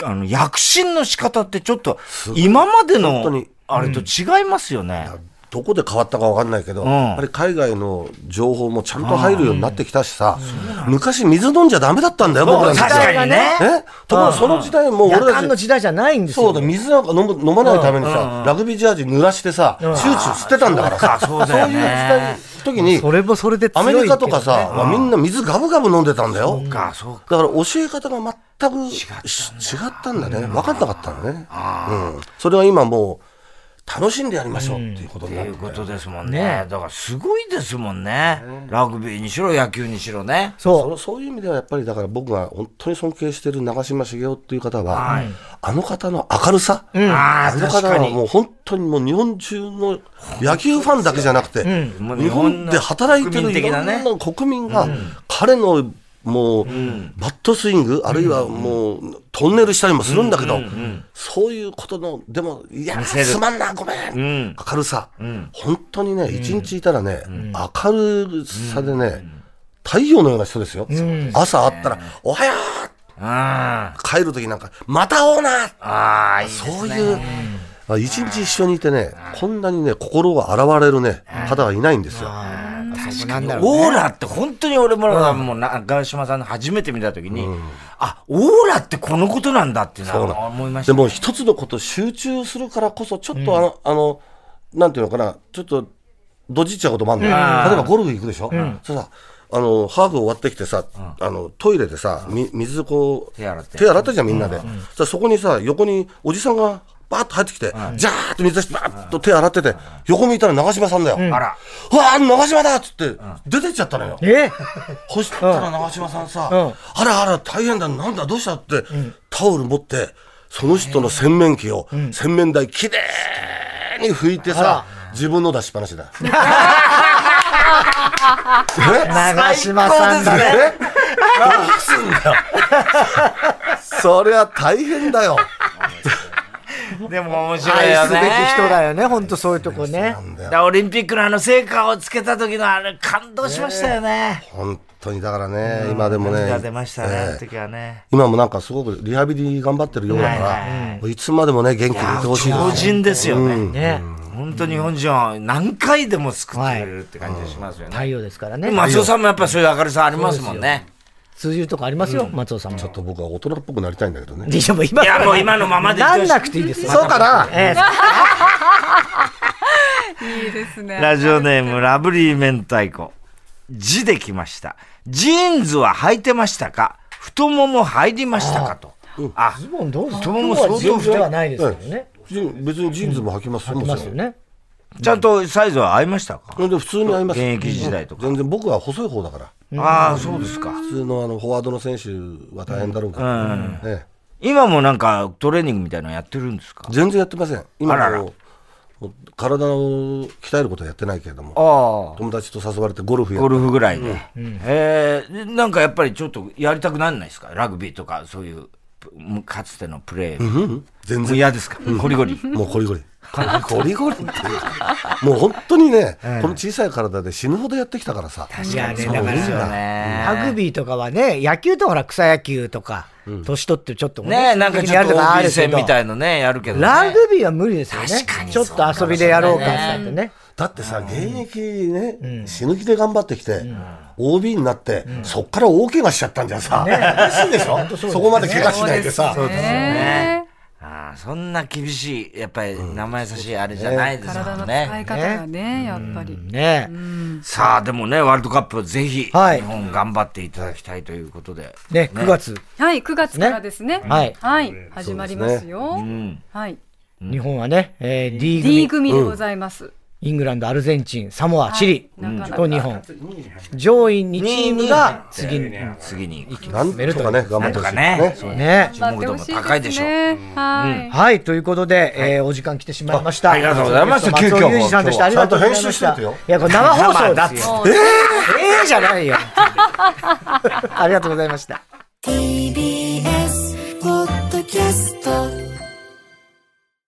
[SPEAKER 2] あの躍進の仕方ってちょっと今まで
[SPEAKER 3] 本当
[SPEAKER 2] の
[SPEAKER 3] に
[SPEAKER 2] あれと違いますよね、
[SPEAKER 3] どこで変わったかわかんないけど、
[SPEAKER 2] ん
[SPEAKER 3] やっぱり海外の情報もちゃんと入るようになってきたしさ、昔水飲んじゃダメだったんだよ、僕らの時
[SPEAKER 2] 確
[SPEAKER 3] 代。
[SPEAKER 2] かにね
[SPEAKER 3] えところがその時代もう
[SPEAKER 1] 夜
[SPEAKER 3] 俺
[SPEAKER 1] 間の
[SPEAKER 3] たち、
[SPEAKER 1] 時代じゃないんですよ。
[SPEAKER 3] そうだ、水なんか飲む飲まないためにさ、ラグビージャージ濡らしてさ、チューチュー吸ってたんだからさ、
[SPEAKER 2] そうだよね
[SPEAKER 3] そういう時
[SPEAKER 1] そ
[SPEAKER 3] に、
[SPEAKER 1] れもそれで強
[SPEAKER 3] ア
[SPEAKER 1] い
[SPEAKER 3] メ
[SPEAKER 1] けどね
[SPEAKER 3] リカとかさ、まあみんな水ガブガブ飲んでたんだよ。
[SPEAKER 2] あそう
[SPEAKER 3] だから教え方が全くし違ったんだね。分かんなかったんだね。うん。それは今もう、楽しんでやりましょうっていうことに
[SPEAKER 2] っ
[SPEAKER 3] なって
[SPEAKER 2] いう
[SPEAKER 3] て。
[SPEAKER 2] ことですもん
[SPEAKER 1] ね
[SPEAKER 2] ね。だからすごいですもんね。ラグビーにしろ、野球にしろね。
[SPEAKER 3] そ
[SPEAKER 1] そ
[SPEAKER 3] のそういう意味ではやっぱりだから僕が本当に尊敬してる長嶋茂雄っていう方は、あの方の明るさ、
[SPEAKER 2] あ
[SPEAKER 3] あ
[SPEAKER 2] あ、
[SPEAKER 3] の
[SPEAKER 2] 確
[SPEAKER 3] 方
[SPEAKER 2] か
[SPEAKER 3] は
[SPEAKER 2] に。
[SPEAKER 3] もう本当にもう日本中の野球ファンだけじゃなくて、
[SPEAKER 2] もう
[SPEAKER 3] 日本で働いてる
[SPEAKER 2] 国民
[SPEAKER 3] い
[SPEAKER 2] 的
[SPEAKER 3] ろ
[SPEAKER 2] なんね
[SPEAKER 3] な国民が彼のもうバットスイング、あるいはもうトンネルしたりもするんだけど、そういうことの、でも、いや、
[SPEAKER 2] る
[SPEAKER 3] すまんな、ごめん、
[SPEAKER 2] ん
[SPEAKER 3] 明るさ、本当にね、一日いたらね、明るさでね、太陽のような人ですよ。朝会ったら、おはよう
[SPEAKER 2] うん。あ
[SPEAKER 3] 帰るときなんか、また会おうな
[SPEAKER 2] あ、いいですね。
[SPEAKER 3] そういう、あ一日一緒にいてね、こんなにね、心が洗われるね、方はいないんですよ。
[SPEAKER 1] う。なんだろうね
[SPEAKER 2] オーラって本当に俺も、もう長嶋さんの初めて見たときに、あ、オーラってこのことなんだってな
[SPEAKER 3] そうな
[SPEAKER 2] 思いまし
[SPEAKER 3] で
[SPEAKER 2] た。
[SPEAKER 3] も一つのこと集中するからこそ、ちょっとあの、あの、なんていうのかな、ちょっと、どじっちゃうこともあるんだよ。例えばゴルフ行くでしょ、そうさ、あの、ハーフ終わってきてさ、あの、トイレでさ、み水こう、
[SPEAKER 2] 手洗って
[SPEAKER 3] 手洗ったじゃん、みんなで。そしたらそこにさ、横におじさんが、バーッと入ってきて、ジャーッと水出して、バーッと手洗ってて、横向いたら長嶋さんだよ。
[SPEAKER 2] あら。
[SPEAKER 3] うわあ、長島だっつって、出てっちゃったのよ。
[SPEAKER 1] え
[SPEAKER 3] そしたら長島さんさ、
[SPEAKER 1] う
[SPEAKER 3] あらあら、大変だ、なんだ、どうしたって、タオル持って、その人の洗面器を、洗面台きれいに拭いてさ、自分の出しっぱなしだよ。
[SPEAKER 1] 長嶋さんだね。
[SPEAKER 3] えどうすんだよ。そりゃ大変だよ。
[SPEAKER 2] でも面白い
[SPEAKER 1] 愛
[SPEAKER 2] よ
[SPEAKER 1] すべ
[SPEAKER 2] ね。
[SPEAKER 1] き人だよね。ほんとそういうとこね。
[SPEAKER 2] だからオリンピックのあの成果をつけた時のあれ感動しましたよね。
[SPEAKER 3] 本当にだからね、今でもね。
[SPEAKER 2] 涙出ましたね、
[SPEAKER 3] ええ
[SPEAKER 2] あの時はね。
[SPEAKER 3] 今もなんかすごくリハビリ頑張ってるようだから、
[SPEAKER 2] はい
[SPEAKER 3] もういつまでもね、元気でいてほしいですね
[SPEAKER 2] 超人ですよね。
[SPEAKER 1] ね。
[SPEAKER 2] 本当日本人は何回でも救ってくれるって感じがしますよね。
[SPEAKER 1] 太陽ですからね。
[SPEAKER 2] 松尾さんもやっぱそういう明るさありますもんね。
[SPEAKER 1] 通じるとこありますよ、松尾さんも。ちょっ
[SPEAKER 3] と僕は大人っぽくなりたいんだけどね。
[SPEAKER 1] でしょ、もう今
[SPEAKER 2] いやもう今のままでいってほしい
[SPEAKER 1] なんなくていいです。
[SPEAKER 3] そうかな
[SPEAKER 1] ええ
[SPEAKER 4] いいですね。
[SPEAKER 2] ラジオネームラブリー明太子。字できました。ジーンズは履いてましたか太もも入りましたかと。あ、
[SPEAKER 1] ズボンどうする
[SPEAKER 2] 太もも相当
[SPEAKER 1] 今日はジーンズではないですけどね。
[SPEAKER 3] 別にジーンズも履きますよ。
[SPEAKER 1] いますよね。
[SPEAKER 2] ちゃんとサイズは合いましたか、
[SPEAKER 3] でも普通に合います
[SPEAKER 2] 現役時代とか
[SPEAKER 3] 全然僕は細い方だから
[SPEAKER 2] ああ、そうですか。
[SPEAKER 3] 普通のあのフォワードの選手は大変だろうけど、ね、
[SPEAKER 2] 今もなんかトレーニングみたいなのやってるんですか
[SPEAKER 3] 全然やってません今
[SPEAKER 2] あらら
[SPEAKER 3] もうもう体を鍛えることはやってないけれども
[SPEAKER 2] ああ。
[SPEAKER 3] 友達と誘われてゴルフや
[SPEAKER 2] ゴルフぐらいで。えーなんかやっぱりちょっとやりたくなんないですかラグビーとか、そういう、むかつてのプレー。も
[SPEAKER 3] うん全
[SPEAKER 2] う
[SPEAKER 3] 然
[SPEAKER 2] 嫌ですかゴリゴリ。
[SPEAKER 3] もうコリゴリコリゴリっていうもう本当にね、この小さい体で死ぬほどやってきたからさ
[SPEAKER 1] いやね、
[SPEAKER 3] そう
[SPEAKER 1] だか
[SPEAKER 3] みん
[SPEAKER 1] ら、
[SPEAKER 3] な
[SPEAKER 2] ね
[SPEAKER 1] ラグビーとかはね、野球とほら草野球とか、年取ってちょっと
[SPEAKER 2] ねえ、なんかちょっと OB 戦みた
[SPEAKER 1] い
[SPEAKER 2] いのね、やるけどね。
[SPEAKER 1] ラグビーは無理ですよね。
[SPEAKER 2] 確かに
[SPEAKER 1] ちょっと遊びでやろうかってなってね。
[SPEAKER 3] だってさ、現役ね、死ぬ気で頑張ってきて、OB になって、そっから大怪我しちゃったんじゃさ、おかしいでしょそこまで怪我しないでさ、
[SPEAKER 4] ね
[SPEAKER 2] ああ、そんな厳しい、やっぱり生優しいあれじゃないです
[SPEAKER 4] 体
[SPEAKER 2] も
[SPEAKER 4] の
[SPEAKER 2] ん
[SPEAKER 4] 使い
[SPEAKER 2] ね。
[SPEAKER 4] 方がね、やっぱり。
[SPEAKER 1] ね
[SPEAKER 2] さあ、でもね、ワールドカップぜひ、日
[SPEAKER 1] はい
[SPEAKER 2] 本頑張っていただきたいということで。
[SPEAKER 1] え。ね、9月、
[SPEAKER 4] はい、9月からですね。
[SPEAKER 1] はい
[SPEAKER 4] はい、始まりますよ。はい。
[SPEAKER 1] 日本はね、えー D 組
[SPEAKER 4] D 組でございます。
[SPEAKER 1] イングランド、アルゼンチン、サモア、チリ
[SPEAKER 4] なかなか
[SPEAKER 1] と日本。上位2チームが次に。ね
[SPEAKER 2] 次に行く。
[SPEAKER 3] なんとかね、頑張
[SPEAKER 2] な
[SPEAKER 3] っ
[SPEAKER 2] ん
[SPEAKER 3] て
[SPEAKER 2] と
[SPEAKER 3] ほし
[SPEAKER 2] か
[SPEAKER 3] い。
[SPEAKER 2] ね。そう
[SPEAKER 4] 頑張ってほしい
[SPEAKER 2] 注目度も高いで
[SPEAKER 4] で
[SPEAKER 2] し
[SPEAKER 4] す
[SPEAKER 2] ょう
[SPEAKER 4] ね。はい。
[SPEAKER 1] はい、ということで、えーお時間来てしまいました。
[SPEAKER 2] あありがとうございました
[SPEAKER 1] 松尾
[SPEAKER 2] 急遽
[SPEAKER 1] 裕二さんでした。あり
[SPEAKER 3] 今日
[SPEAKER 1] が
[SPEAKER 3] は
[SPEAKER 1] とうございま
[SPEAKER 3] ちゃんと編集しといてよ
[SPEAKER 1] いや、これ生放送
[SPEAKER 2] 生
[SPEAKER 1] で
[SPEAKER 2] ですす
[SPEAKER 1] よ。ええじゃないよ。 ありがとうございました。
[SPEAKER 5] TBS ポッドキャスト